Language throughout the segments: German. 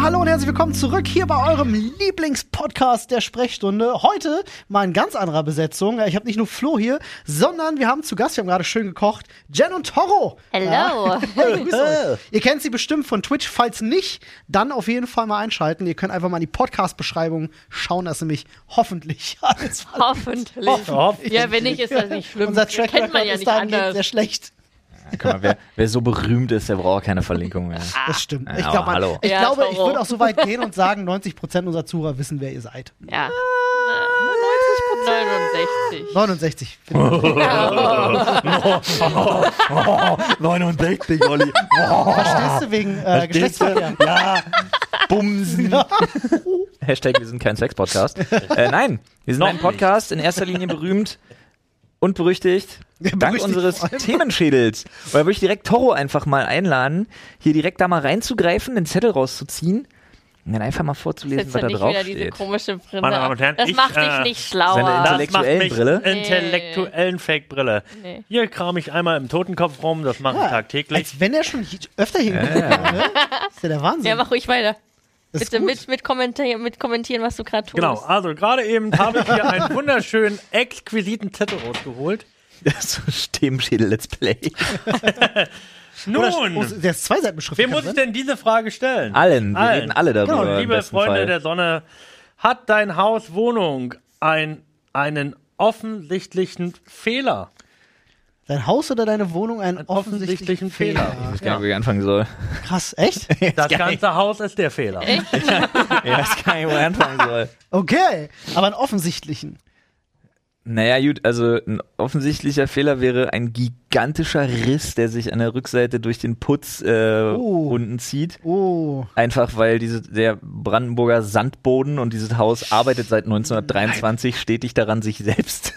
hallo und herzlich willkommen zurück hier bei eurem Lieblingspodcast der Sprechstunde. Heute mal in ganz anderer Besetzung. Äh, Ich habe nicht nur Flo hier, sondern wir haben zu Gast, wir haben gerade schön gekocht, Jen und Toro. Hello. Grüß euch. Ihr kennt sie bestimmt von Twitch. Falls nicht, dann auf jeden Fall mal einschalten. Ihr könnt einfach mal in die Podcast-Beschreibung schauen, dass nämlich hoffentlich alles Hoffentlich. Hoffentlich. Ja, wenn nicht, ist das nicht schlimm. Unser Track Kennt man Record ja ist nicht dahingehend anders. sehr schlecht. Guck mal, wer, wer so berühmt ist, der braucht keine Verlinkung mehr. Das stimmt. Ja, Ich, aber glaub, man, hallo. ich Ah. Ja, glaube, ich Toro. würde auch so weit gehen und sagen, 90% unserer Zuhörer wissen, wer ihr seid. Ja. Ah. 69. 69. 69, Olli. Verstehst du wegen äh, Geschlechtsverkehr? Ja. Bumsen. Hashtag, wir sind kein Sex-Podcast. Äh, nein, wir sind ein Podcast, in erster Linie berühmt und berüchtigt. dank berüchtigt unseres vor allem. Themenschädels. Und da würde ich direkt Toro einfach mal einladen, hier direkt da mal reinzugreifen, den Zettel rauszuziehen und dann einfach mal vorzulesen, Jetzt was ja da nicht drauf wieder diese steht. komische Brille. Meine Damen und Herren, das ich, macht dich äh, nicht seine schlauer. Intelli- Das macht mich Brille? intellektuellen Fake-Brille. Nee. Hier kram ich einmal im Totenkopf rum, das mache ich tagtäglich. Als wenn er schon hi- öfter hier wäre, ne? Ist ja der Wahnsinn. ja, mach ruhig weiter. Das ist Bitte gut. mit, mit, kommentieren, mit kommentieren, was du gerade tust. Genau, also gerade eben habe ich hier einen wunderschönen, exquisiten Zettel rausgeholt. Das ist Themenschädel-Let's Play. Oder- Oh, Nun, der ist zwei Seiten beschriftet. wem muss ich denn diese Frage stellen? Allen, wir reden alle darüber. Genau, im liebe besten Freunde Fall. der Sonne, hat dein Haus Wohnung ein, einen offensichtlichen Fehler? Dein Haus oder deine Wohnung einen offensichtlichen, offensichtlichen Fehler. ich weiß gar nicht, wo ich anfangen soll. Krass, echt? Das ganze Haus ist der Fehler. Ich weiß gar nicht, wo ich anfangen soll. Okay, aber einen offensichtlichen. Naja, gut, also ein offensichtlicher Fehler wäre ein gigantischer Riss, der sich an der Rückseite durch den Putz äh, Oh. unten zieht. Oh, Einfach weil diese, der Brandenburger Sandboden und dieses Haus arbeitet seit 1923 stetig daran, sich selbst,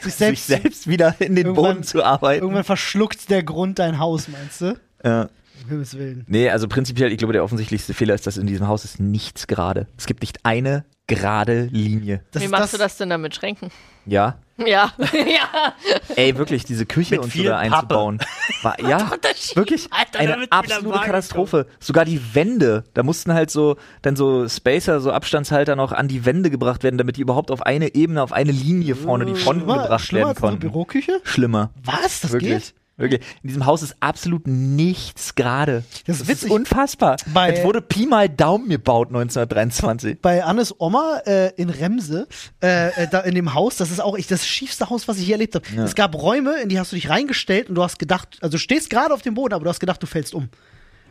sich selbst. sich selbst wieder in den Irgendwann- Boden zu arbeiten. Irgendwann verschluckt der Grund dein Haus, meinst du? Ja. Um Himmels Willen. Nee, also prinzipiell, ich glaube, der offensichtlichste Fehler ist, dass in diesem Haus ist nichts gerade. Es gibt nicht eine gerade Linie. Das Wie ist machst du das denn damit Schränken? Ja. Ja, ja. Ey, wirklich, diese Küche Mit und so viel da einzubauen. War, ja, wirklich Alter, da eine wird's wieder absolute Wagen Katastrophe. Sogar die Wände, da mussten halt so, dann so Spacer, so Abstandshalter noch an die Wände gebracht werden, damit die überhaupt auf eine Ebene, auf eine Linie vorne, die Fronten Schlimmer- gebracht schlimmer werden als unsere konnten. Büroküche? Schlimmer. Was? Das wirklich. geht? Wirklich. In diesem Haus ist absolut nichts gerade. Das ist witzig. unfassbar. Bei- es wurde Pi mal Daumen gebaut 1923. bei Annes Oma äh, in Remse, äh, äh, da in dem Haus, das ist auch echt das schiefste Haus, was ich je erlebt habe. Es gab Räume, in die hast du dich reingestellt und du hast gedacht, also du stehst gerade auf dem Boden, aber du hast gedacht, du fällst um.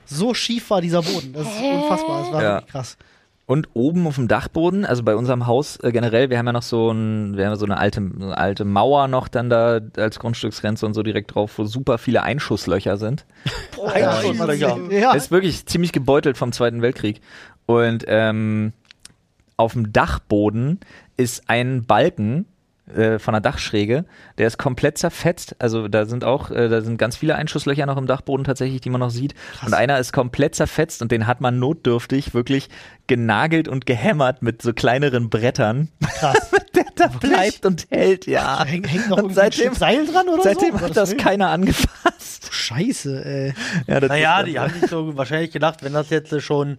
So schief war dieser Boden. Das ist unfassbar. Das war Ja. wirklich krass. Und oben auf dem Dachboden, also bei unserem Haus äh, generell, wir haben ja noch so, ein, wir haben so eine, alte, eine alte Mauer noch dann da als Grundstücksgrenze und so direkt drauf, wo super viele Einschusslöcher sind. ja. Ja. ja. Ist wirklich ziemlich gebeutelt vom Zweiten Weltkrieg. Und ähm, auf dem Dachboden ist ein Balken äh, von der Dachschräge, der ist komplett zerfetzt. Also da sind auch, äh, da sind ganz viele Einschusslöcher noch im Dachboden tatsächlich, die man noch sieht. Und einer ist komplett zerfetzt und den hat man notdürftig wirklich genagelt und gehämmert mit so kleineren Brettern. krass. Da bleibt und hält, ja. Da häng, hängt noch und irgendwie ein seitdem, Stück Seil dran oder seitdem so? Um hat Gottes das Willen. keiner angefasst. Scheiße, ey. Ja, das Naja, ist- die haben sich so wahrscheinlich gedacht, wenn das jetzt schon,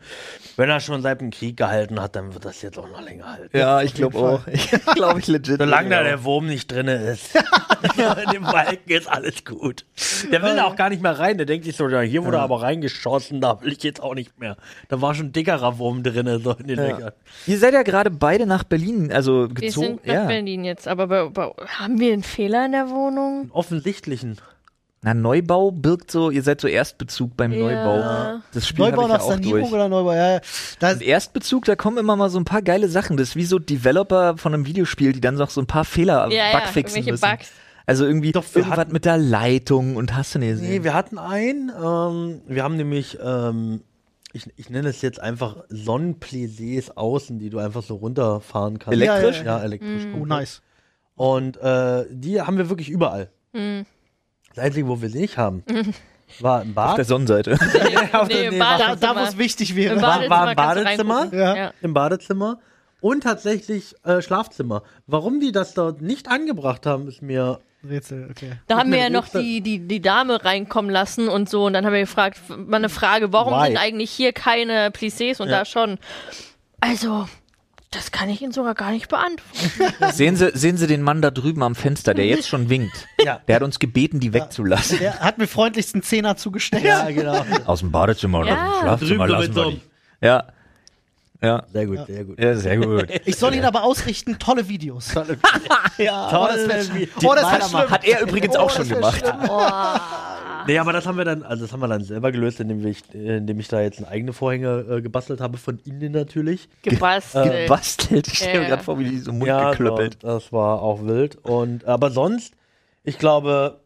wenn er schon seit dem Krieg gehalten hat, dann wird das jetzt auch noch länger halten. Ja, ich glaube auch. Ich glaube, ich legit. Solange da glaub. der Wurm nicht drin ist, in dem Balken ist alles gut. Der will da auch gar nicht mehr rein. Der denkt sich so, ja, hier wurde aber reingeschossen, da will ich jetzt auch nicht mehr. Da war schon ein dickerer Wurm drin, so in den Löchern. Ihr seid ja gerade beide nach Berlin, also Wir gezogen. sind nach Ja. Berlin jetzt, aber bei, bei, haben wir einen Fehler in der Wohnung? Einen Offensichtlichen. Na, Neubau birgt so, ihr seid so Erstbezug beim Ja. Neubau. Das Spiel Neubau hab ich nach ja auch Sanierung durch. oder Neubau? Ja, ja. Da, Und Erstbezug, da kommen immer mal so ein paar geile Sachen. Das ist wie so Developer von einem Videospiel, die dann noch so ein paar Fehler Ja, ja, bugfixen irgendwelche müssen. Bugs. Also irgendwie Doch, wir irgendwas hatten- mit der Leitung und hast du nicht Nee, gesehen. wir hatten einen. Ähm, wir haben nämlich, ähm, ich, ich nenne es jetzt einfach Sonnenplaisés außen, die du einfach so runterfahren kannst. Elektrisch? Ja, ja, ja. elektrisch. oh, komplett. nice. Und äh, die haben wir wirklich überall. Das Einzige, wo wir sie nicht haben, war im Auf der Bad. Sonnenseite. Nee, auf der- nee, Mhm. nee, im war- Da, da wo Badezimmer. es wichtig Im wäre. Bad- war Badezimmer im kannst du Badezimmer? reingucken. Ja. ja. Im Badezimmer. und tatsächlich äh, Schlafzimmer. Warum die das dort nicht angebracht haben, ist mir. Rätsel, okay. Da haben wir mir ja noch Rätsel. die, die, die Dame reinkommen lassen und so. Und dann haben wir gefragt, mal eine Frage, warum Why? sind eigentlich hier keine Plissés und da schon? Also, das kann ich Ihnen sogar gar nicht beantworten. Sehen Sie, sehen Sie den Mann da drüben am Fenster, der jetzt schon winkt. Ja. Der hat uns gebeten, die wegzulassen. Der hat mir freundlichst einen Zehner zugestellt. genau. Aus dem Badezimmer oder Ja. aus dem Schlafzimmer Drüben lassen mit wir so die. Ja. Ja. Sehr gut, sehr gut. ja, sehr gut. Ich soll ihn aber ausrichten, tolle Videos. ja, Tolle wär schlimm. Videos. Oh, das Meiner wär schlimm. Oh, Hat er übrigens auch schon gemacht. Nee, aber das haben wir dann, also das haben wir dann selber gelöst, indem ich, äh, indem ich da jetzt eine eigene Vorhänge äh, gebastelt habe, von innen natürlich. Gebastelt. Äh, Gebastelt. Ich stelle mir Äh. Ja. gerade vor, wie die so im Mund so, geklöppelt. das war auch wild. Und, aber sonst, ich glaube,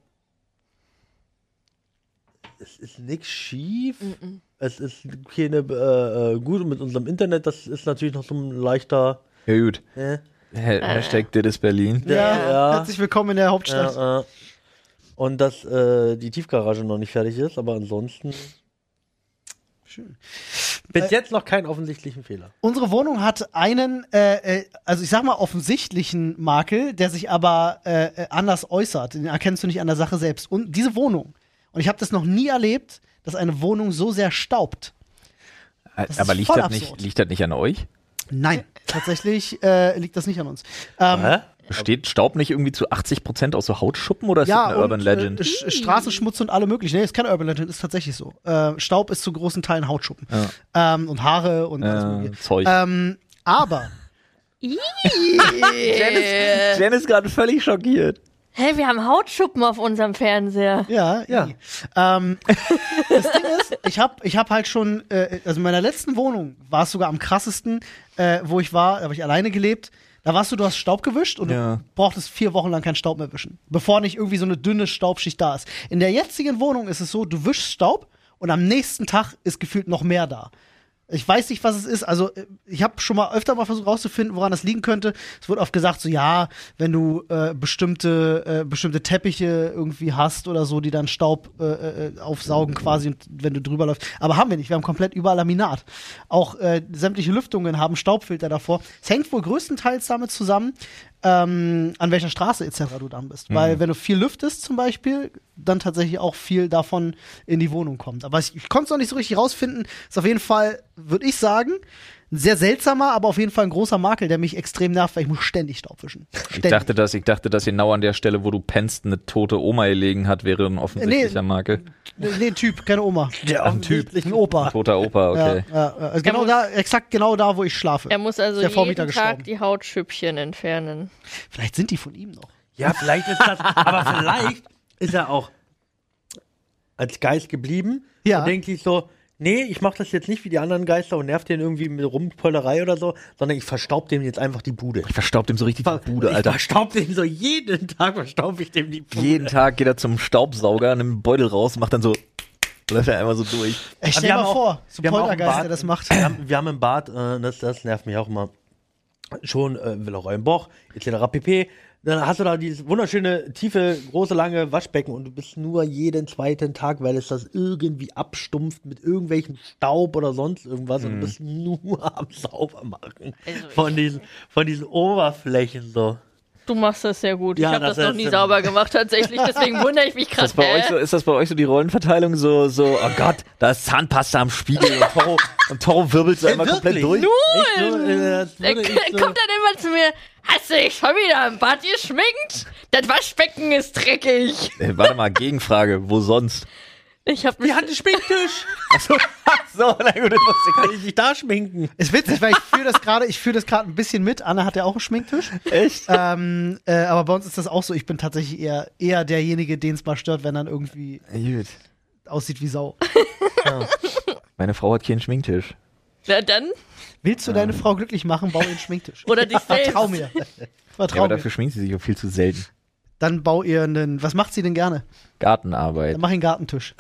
es ist nichts schief. Es ist keine, äh, äh, gut und mit unserem Internet, das ist natürlich noch so ein leichter. Ja, gut. Äh, Ha- Hashtag Did is Berlin. Ja, Ja. herzlich willkommen in der Hauptstadt. äh, äh. Und dass äh, die Tiefgarage noch nicht fertig ist, aber ansonsten. Schön. Bis jetzt noch keinen offensichtlichen Fehler. Unsere Wohnung hat einen, äh, äh, also ich sag mal offensichtlichen Makel, der sich aber äh, äh, anders äußert. Den erkennst du nicht an der Sache selbst. Und diese Wohnung. Und ich habe das noch nie erlebt, dass eine Wohnung so sehr staubt. ist Äh, Aber liegt voll das, nicht, absurd. liegt das nicht an euch? Nein, tatsächlich äh, liegt das nicht an uns. Ähm, Steht Staub nicht irgendwie zu 80% aus so Hautschuppen oder ist Ja, das eine Urban und, Legend? Äh, Sch- Straßenschmutz und alle möglichen. Nee, ist keine Urban Legend, ist tatsächlich so. Äh, Staub ist zu großen Teilen Hautschuppen. Ähm, und Haare und alles äh, mögliche. Zeug. Ähm, aber Janice, ist gerade völlig schockiert. Äh. Hä, wir haben Hautschuppen auf unserem Fernseher. Ja, ja. Ja. Ähm, das Ding ist, ich habe ich hab halt schon, äh, also in meiner letzten Wohnung war es sogar am krassesten, äh, wo ich war, da habe ich alleine gelebt. Da warst du, du hast Staub gewischt und Ja. du brauchtest vier Wochen lang keinen Staub mehr wischen, bevor nicht irgendwie so eine dünne Staubschicht da ist. In der jetzigen Wohnung ist es so, du wischst Staub und am nächsten Tag ist gefühlt noch mehr da. Ich weiß nicht, was es ist. Also, äh, ich habe schon mal öfter mal versucht rauszufinden, woran das liegen könnte. Es wurde oft gesagt, so ja, wenn du äh, bestimmte, äh, bestimmte Teppiche irgendwie hast oder so, die dann Staub äh, äh, aufsaugen quasi, und wenn du drüber läufst. Aber haben wir nicht. Wir haben komplett überall Laminat. Auch äh, sämtliche Lüftungen haben Staubfilter davor. Es hängt wohl größtenteils damit zusammen, ähm, an welcher Straße etc. du dann bist. Mhm. Weil wenn du viel lüftest zum Beispiel, dann tatsächlich auch viel davon in die Wohnung kommt. Aber ich, ich konnte es noch nicht so richtig rausfinden. Ist auf jeden Fall, würde ich sagen, ein sehr seltsamer, aber auf jeden Fall ein großer Makel, der mich extrem nervt, weil ich muss ständig Staub wischen. Ich Ständig. dachte, dass, ich dachte, dass genau an der Stelle, wo du pennst, eine tote Oma gelegen hat, wäre ein offensichtlicher Nee. Makel. nee, nee, ein Typ, keine Oma. Der Ein Typ. Ein Opa. Toter Opa, okay. Ja, ja, ja. also genau da, exakt genau da, wo ich schlafe. Er muss also Ist der Vormieter jeden gestorben. Tag die Hautschüppchen entfernen. Vielleicht sind die von ihm noch. Ja, vielleicht ist das, aber vielleicht ist er auch als Geist geblieben Ja. und denkt sich so, nee, ich mach das jetzt nicht wie die anderen Geister und nervt den irgendwie mit Rumpollerei oder so, sondern ich verstaub dem jetzt einfach die Bude. Ich verstaubt ihm so richtig die Bude, ich Alter. verstaub dem so, jeden Tag verstaub ich dem die Bude. Jeden Tag geht er zum Staubsauger, nimmt einen Beutel raus, macht dann so, läuft er einmal so durch. Ey, stell Aber Also wir mal haben auch- vor, so wir haben auch einen Poltergeist, Bad- der das macht. Wir haben, wir haben im Bad, äh, das, das nervt mich auch immer, schon äh, Villeroy im Boch, etc. pp. Dann hast du da dieses wunderschöne, tiefe, große, lange Waschbecken und du bist nur jeden zweiten Tag, weil es das irgendwie abstumpft mit irgendwelchem Staub oder sonst irgendwas und du bist nur am Saubermachen Mhm. Also ich- von, diesen, von diesen Oberflächen so. Du machst das sehr gut. Ja, ich habe das das, noch ist- nie sauber gemacht tatsächlich, deswegen wundere ich mich Ist krass. das, bei euch so, Hä? ist das bei euch so die Rollenverteilung? So, so oh Gott, da ist Zahnpasta am Spiegel und Toro, und Toro wirbelt so Ey, einmal komplett wirklich? durch. Ich so, äh, das Er würde ich so- kommt dann immer zu mir, hast du dich schon wieder im Bad geschminkt? Das Waschbecken ist dreckig. Ey, Äh, warte mal, Gegenfrage, wo sonst? Ich habe mich... Wir hatten Schminktisch. Achso, so, na gut, das wusste ich gar Kann ich dich da schminken? Ist witzig, weil ich fühle das gerade, ich fühle das gerade ein bisschen mit. Anna hat ja auch einen Schminktisch. Echt? ähm, äh, aber bei uns ist das auch so. Ich bin tatsächlich eher, eher derjenige, den es mal stört, wenn dann irgendwie Gut. aussieht wie Sau. Meine Frau hat keinen Schminktisch. Na dann? Willst du deine Frau glücklich machen, bau ihr einen Schminktisch. Oder dich selbst. Vertrau mir. Ja, Vertrau aber mir. dafür schminkt sie sich auch viel zu selten. Dann bau ihr einen, was macht sie denn gerne? Gartenarbeit. Dann mach ihr einen Gartentisch.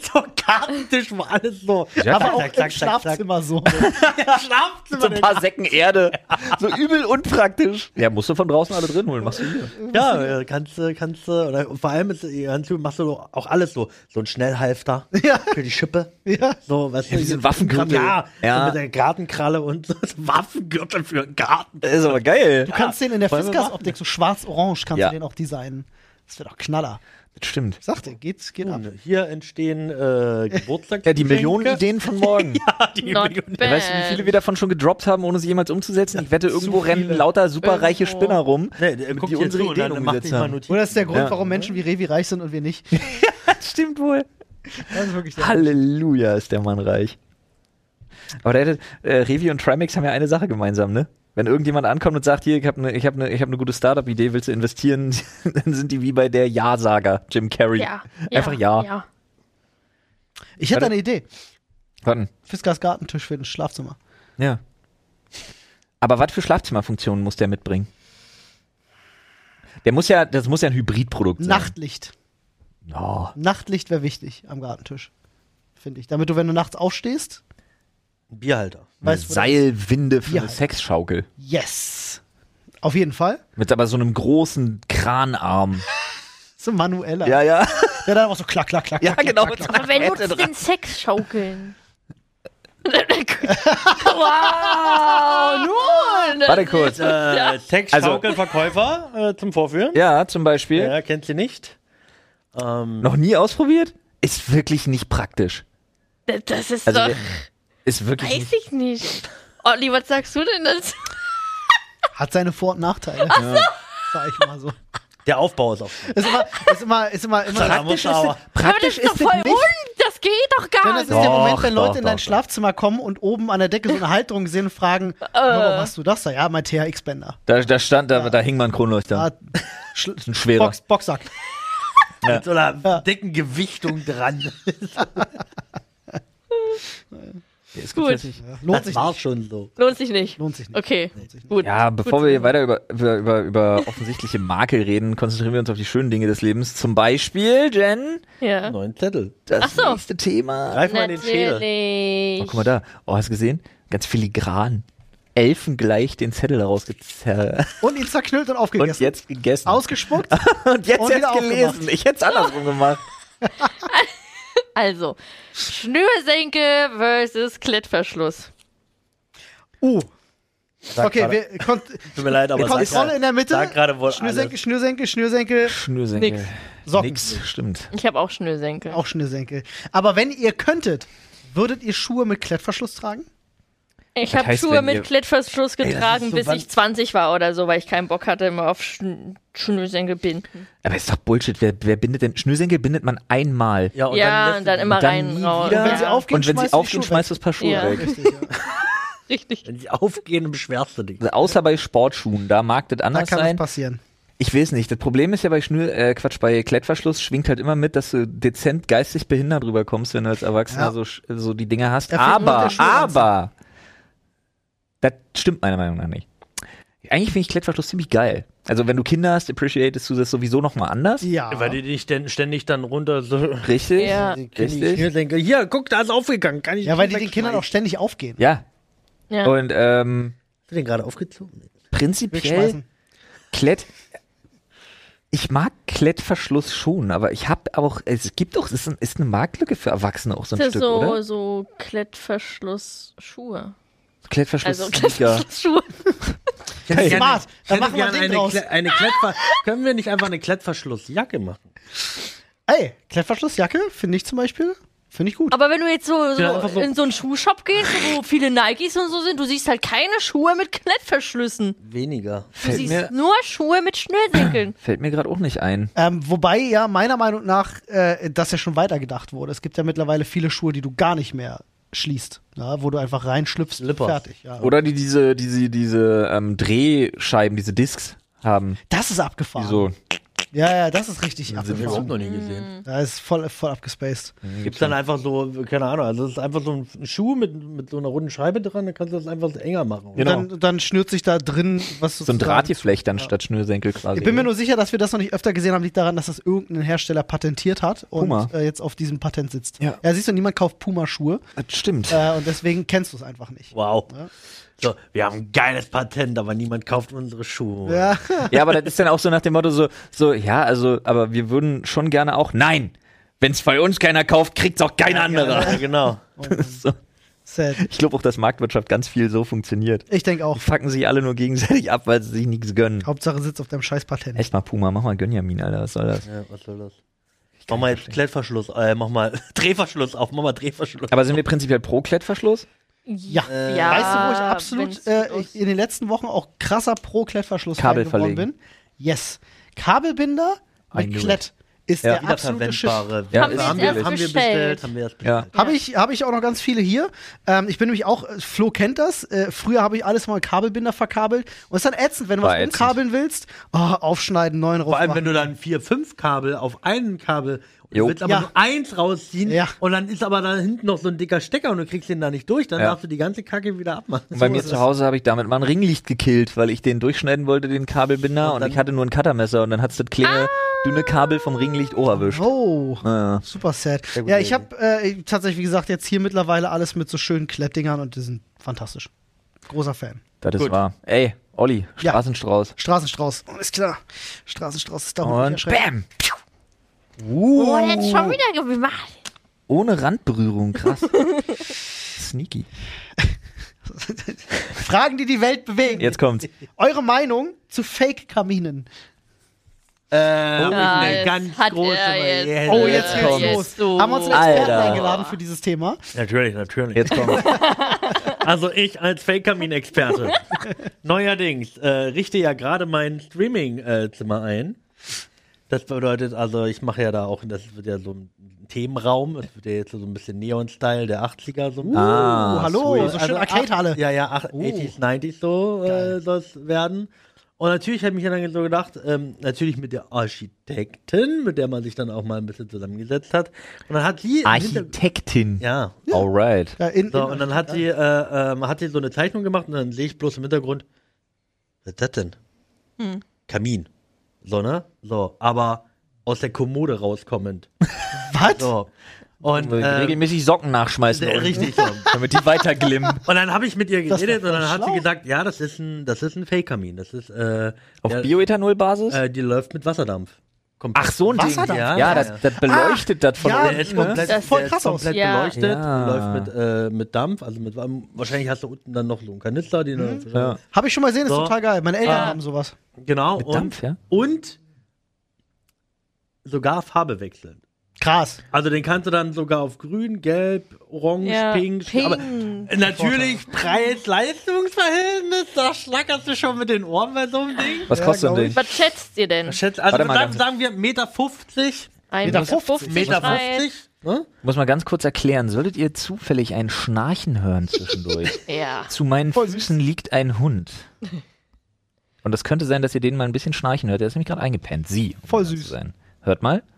So Abendtisch war alles so. Aber auch im Schlafzimmer so. Schlafzimmer. So ein paar Säcken Erde. So übel unpraktisch. Ja, musst du von draußen alle drin holen. Machst du hier. Ja, äh, kannst du, kannst du, oder und vor allem ist, äh, kannst du, machst du auch alles so. So ein Schnellhalfter Ja. für die Schippe. Ja. So, was ja, wie so ein Waffengürtel. Ja, Ja. So mit der Gartenkralle und so ein Waffengürtel für einen Garten. Das ist aber geil. Du kannst den in der Wollen wir Fiskars-Optik, so schwarz-orange, kannst Ja. du den auch designen. Das wird auch Knaller. Das stimmt. Sagt er, geht, geht ab. Hier entstehen äh, Geburtstags. Ja, die Millionen Ideen von morgen. Die Not Millionen- bad. Weißt du, wie viele wir davon schon gedroppt haben, ohne sie jemals umzusetzen? Ich wette, irgendwo rennen lauter superreiche Irgendwo. Spinner rum, Nee, der guckt die hier unsere zu und Ideen dann macht umgesetzt nicht mal haben. Notizen. Oder das ist der Grund, Ja. warum Menschen wie Revi reich sind und wir nicht. Das stimmt wohl. Das ist wirklich der Halleluja, ist der Mann reich. Aber der hätte, äh, Revi und Trimax haben ja eine Sache gemeinsam, ne? Wenn irgendjemand ankommt und sagt, hier, ich habe eine ich hab ne, ich hab ne gute Startup-Idee, willst du investieren? Dann sind die wie bei der Ja-Sager, Jim Carrey. Ja. Einfach Ja. ja. ich hätte Warte. eine Idee. Warten. Fiskars Gartentisch für ein Schlafzimmer. Ja. Aber was für Schlafzimmerfunktionen muss der mitbringen? Der muss ja, das muss ja ein Hybridprodukt sein. Nachtlicht. Oh. Nachtlicht wäre wichtig am Gartentisch. Finde ich. Damit du, wenn du nachts aufstehst, Bierhalter. Eine weißt wo das- Seilwinde für Ja. eine Sexschaukel. Yes. Auf jeden Fall. Mit aber so einem großen Kranarm. So manueller. ja. Der dann auch so klack, klack, klack. Ja, klack, genau. Klack, klack. Aber wer Kette nutzt dran. den Sex schaukeln? wow, nun! Warte kurz. Äh, Sexschaukelverkäufer äh, zum Vorführen. Ja, zum Beispiel. Ja, kennt sie nicht. Ähm, Noch nie ausprobiert? Ist wirklich nicht praktisch. Das ist Also, doch, wir- ist wirklich. weiß Nicht, ich nicht. Olli, was sagst du denn dazu? Hat seine Vor- und Nachteile. Sag ich mal so. der Aufbau ist auf. Ist immer, ist immer, ist immer, immer Praktisch praktisch ist, ist aber- Aber das praktisch ist doch ist voll es nicht. un, das geht doch Denn gar das ist nicht. der Doch, Moment, wenn doch, Leute in dein doch, doch. Schlafzimmer kommen und oben an der Decke so eine Halterung sehen und fragen, Äh. warum machst du das da? Ja, mein THX-Bänder. Da, da stand, da, da hing man Kronleuchter. Ah, Das ist ein schwerer. Box, Boxsack. Mit so einer dicken Gewichtung dran. Ja, ist Gut. tatsächlich- Lohnt sich, war schon so. Lohnt sich nicht. lohnt sich nicht. Okay, sich nicht. gut. Ja, bevor wir hier weiter über, über, über, über offensichtliche Makel reden, konzentrieren wir uns auf die schönen Dinge des Lebens. Zum Beispiel, Jen, Ja. Neun Zettel. das Ach so. nächste Thema. Greif mal in den Schädel. Oh, Natürlich. guck mal da. Oh, hast du gesehen? Ganz filigran. Elfengleich den Zettel rausgezerrt. Und ihn zerknüllt und aufgegessen. Und jetzt gegessen. Ausgespuckt. und jetzt und hätt's wieder aufgemacht. gelesen. Ich hätte es andersrum gemacht. Also, Schnürsenkel versus Klettverschluss. Uh, Sag okay, gerade- wir kon Tut mir leid, aber sag Kontrolle grad- in der Mitte. Sag gerade wohl Schnürsenkel, alles. Schnürsenkel, Schnürsenkel, Schnürsenkel. Nix. Socken. Nix. Stimmt. Ich habe auch Schnürsenkel. Auch Schnürsenkel. Aber wenn ihr könntet, würdet ihr Schuhe mit Klettverschluss tragen? Ich Das habe heißt, Schuhe wenn ihr- mit Klettverschluss das ist getragen, so bis wann- ich 20 war oder so, weil ich keinen Bock hatte, immer auf Schn Schnürsenkel binden. Aber ist doch Bullshit. Wer, wer bindet denn? Schnürsenkel bindet man einmal. Ja, ja, lässt und du- dann immer und dann nie rein, raus. wieder. Ja. Wenn sie aufgehen, und wenn schmeißt sie du die aufgehen, Schuhe schmeißt du das Paar Schuhe Ja. weg. Richtig, ja. Richtig. Wenn sie aufgehen, beschwerst du dich. Außer bei Sportschuhen, da mag das Da anders kann es sein. passieren. Ich weiß nicht. Das Problem ist ja bei Schnür, äh, Quatsch, bei Klettverschluss schwingt halt immer mit, dass du dezent geistig behindert rüberkommst, wenn du als Erwachsener Ja. so, sch- so die Dinge hast. Da fehlt nur der aber, Schulranzen. aber, das stimmt meiner Meinung nach nicht. Eigentlich finde ich Klettverschluss ziemlich geil. Also wenn du Kinder hast, appreciatest du das sowieso nochmal anders. Ja. Weil die dich denn ständig dann runter so. Richtig? Ja. Richtig? Schnürsenkel. Hier, guck, da ist aufgegangen. Kann ich Ja, weil die nicht den Kindern auch wegschmeißen. ständig aufgehen. Ja. Ja. Und ähm, Hast du den gerade aufgezogen? prinzipiell Wegschmeißen. Klett. Ich mag Klettverschluss schon, aber ich habe auch, es gibt auch, es ist, ein, ist eine Marktlücke für Erwachsene auch so ein Das Stück, so, oder? so Klettverschlussschuhe. Klettverschluss. Also Sneaker. Klettverschlussschuhe. gerne- Smart. Da machen wir ein Ding eine, draus. Kle- eine Klettver Können wir nicht einfach eine Klettverschlussjacke machen? Ey, Klettverschlussjacke finde ich zum Beispiel, finde ich gut. Aber wenn du jetzt so, Ja, einfach so so- in so einen Schuhshop gehst, wo viele Nikes und so sind, du siehst halt keine Schuhe mit Klettverschlüssen. Weniger. Du Fällt mir, siehst nur Schuhe mit Schnürsenkeln. fällt mir gerade auch nicht ein. Ähm, wobei ja meiner Meinung nach äh, das ja schon weitergedacht wurde. Es gibt ja mittlerweile viele Schuhe, die du gar nicht mehr schließt, na, wo du einfach reinschlüpfst und Slippers. Oh. fertig. Ja. Oder die diese, diese, diese ähm, Drehscheiben, diese Discs haben, Das ist die abgefahren. so Ja, ja, das ist richtig Das habe ich abgefahren. überhaupt noch nie gesehen. Da ist voll, voll abgespaced. Gibt es dann einfach so, keine Ahnung, also es ist einfach so ein Schuh mit, mit so einer runden Scheibe dran, dann kannst du das einfach enger machen. Genau. Dann, dann schnürt sich da drin was So ein sozusagen- Drahtgeflecht dann statt Schnürsenkel quasi. Ich bin mir nur sicher, dass wir das noch nicht öfter gesehen haben, liegt daran, dass das irgendein Hersteller patentiert hat Puma. und äh, jetzt auf diesem Patent sitzt. Ja. siehst du, niemand kauft Puma-Schuhe Das stimmt. äh, und deswegen kennst du es einfach nicht. Wow. So, wir haben ein geiles Patent, aber niemand kauft unsere Schuhe. Ja. Ja, aber das ist dann auch so nach dem Motto so, so ja, also, aber wir würden schon gerne auch, nein, wenn es bei uns keiner kauft, kriegt's auch kein anderer. Ja, genau. So. Sad. Ich glaube auch, dass Marktwirtschaft ganz viel so funktioniert. Ich denke auch. Die fucken sich alle nur gegenseitig ab, weil sie sich nichts gönnen. Hauptsache sitzt auf deinem scheiß Patent. Echt mal Puma, mach mal Gönjamin, Alter, was soll das? Ja, was soll das? Mach mal jetzt Klettverschluss, äh, mach mal Drehverschluss auf, mach mal Drehverschluss. Aber sind wir prinzipiell pro Klettverschluss? Ja. Äh, Ja, weißt du, wo ich absolut wenn's äh, los- ich in den letzten Wochen auch krasser pro Klettverschlussfan Kabel geworden verlegen. bin? Yes. Kabelbinder I knew mit it. Klett ist Ja. der absolute Shit. Wiederverwendbare. Ja, haben, wir, ist haben, wir, wirklich. haben wir bestellt, haben wir erst Ja. bestellt. Habe ich, hab ich auch noch ganz viele hier. Ähm, ich bin nämlich auch, äh, Flo kennt das. Äh, früher habe ich alles mal mit Kabelbinder verkabelt. Und es ist dann ätzend, wenn du War was ätzend. umkabeln willst. Oh, aufschneiden, neuen rauf. Vor allem, wenn du dann vier, fünf Kabel auf einen Kabel und Jo. du willst aber Ja. nur eins rausziehen Ja. und dann ist aber da hinten noch so ein dicker Stecker und du kriegst den da nicht durch, dann Ja. darfst du die ganze Kacke wieder abmachen. Und bei mir ist zu es. Hause habe ich damit mal ein Ringlicht gekillt, weil ich den durchschneiden wollte, den Kabelbinder, und, dann- Ah! ich hatte nur ein Cuttermesser und dann hat's das kleine, dünne Kabel vom Ringlicht Ohr erwischt. Oh, Ja. super sad. gute Ja, ich Idee. habe äh, tatsächlich, wie gesagt, jetzt hier mittlerweile alles mit so schönen Klettdingern und die sind fantastisch. Großer Fan. Das ist Gut. wahr. Ey, Olli, Ja. Straßenstrauß. Straßenstrauß. Alles klar. Straßenstrauß ist da Und bam! Uh. Oh, jetzt schon wieder gemacht. Ohne Randberührung, krass. Sneaky. Fragen, die die Welt bewegen. Jetzt kommt's. Eure Meinung zu Fake-Kaminen. Äh, oh, Ja, eine jetzt ganz hat große er jetzt- Variante. Oh, Äh, jetzt komm. geht's los. Jetzt so. Haben wir uns einen Experten Alter. eingeladen für dieses Thema. Natürlich, natürlich. Jetzt kommt's. Also ich als Fake-Kamin-Experte. Neuerdings äh, richte ja gerade mein Streaming-Zimmer ein. Das bedeutet also, ich mache ja da auch, das wird ja so ein Themenraum, das wird ja jetzt so ein bisschen Neon-Style der 80er so. ein bisschen. Ah, oh, hallo, sweet. so schön Also Arcade-Halle. Oh. acht- Ja, ja, acht- 80s, 90s so äh, soll es werden. Und natürlich habe ich mir dann so gedacht, ähm, natürlich mit der Architektin, mit der man sich dann auch mal ein bisschen zusammengesetzt hat. Und dann hat sie. Architektin. Ja, Alright. Ja, in, so, Genau, in, und dann hat sie, äh, ähm, hat sie so eine Zeichnung gemacht und dann sehe ich bloß im Hintergrund, was ist das denn? Hm. Kamin. So, ne? So, aber aus der Kommode rauskommend. was? So. Und, ähm, regelmäßig Socken nachschmeißen. äh, unten, richtig. So. Damit die weiter glimmen. Und dann habe ich mit ihr Das ist geredet doch und dann hat sie schlau. gesagt, ja, das ist ein, das ist ein Fake-Kamin. Das ist, äh, Auf der, Bioethanol-Basis? äh, die läuft mit Wasserdampf. Komplett. Ach, so ein Ding. Wasserdampf? Ja, Ja, ja. das, das beleuchtet das von ja, Der unten. ist komplett, Das sieht voll der ist krass aus. komplett Ja. beleuchtet, Ja. läuft mit, äh, mit Dampf, also mit, wahrscheinlich hast du unten dann noch so einen Kanister, Mhm. den du dann Ja. Habe ich schon mal gesehen, ist So. total geil. Meine Eltern Ah. haben sowas. Genau. Mit und, Dampf, ja? und sogar Farbe wechseln. Krass. Also den kannst du dann sogar auf grün, gelb, orange, Ja, pink, pink. aber natürlich Preis-Leistungs-Verhältnis, da schlackerst du schon mit den Ohren bei so einem Ding. Was Ja, kostet so glaub ein ich. Ding? Was schätzt ihr denn? Schätz, also Warte mal, sagen, ganz- sagen wir 1,50 Meter, 50, 1,50 Meter Preis. 50 ne? Muss mal ganz kurz erklären. Solltet ihr zufällig ein Schnarchen hören zwischendurch? Ja. Zu meinen Voll Füßen liegt ein Hund. Und das könnte sein, dass ihr den mal ein bisschen schnarchen hört. Der ist nämlich gerade eingepennt. Sie. um Voll genau süß. zu Sein. Hört mal.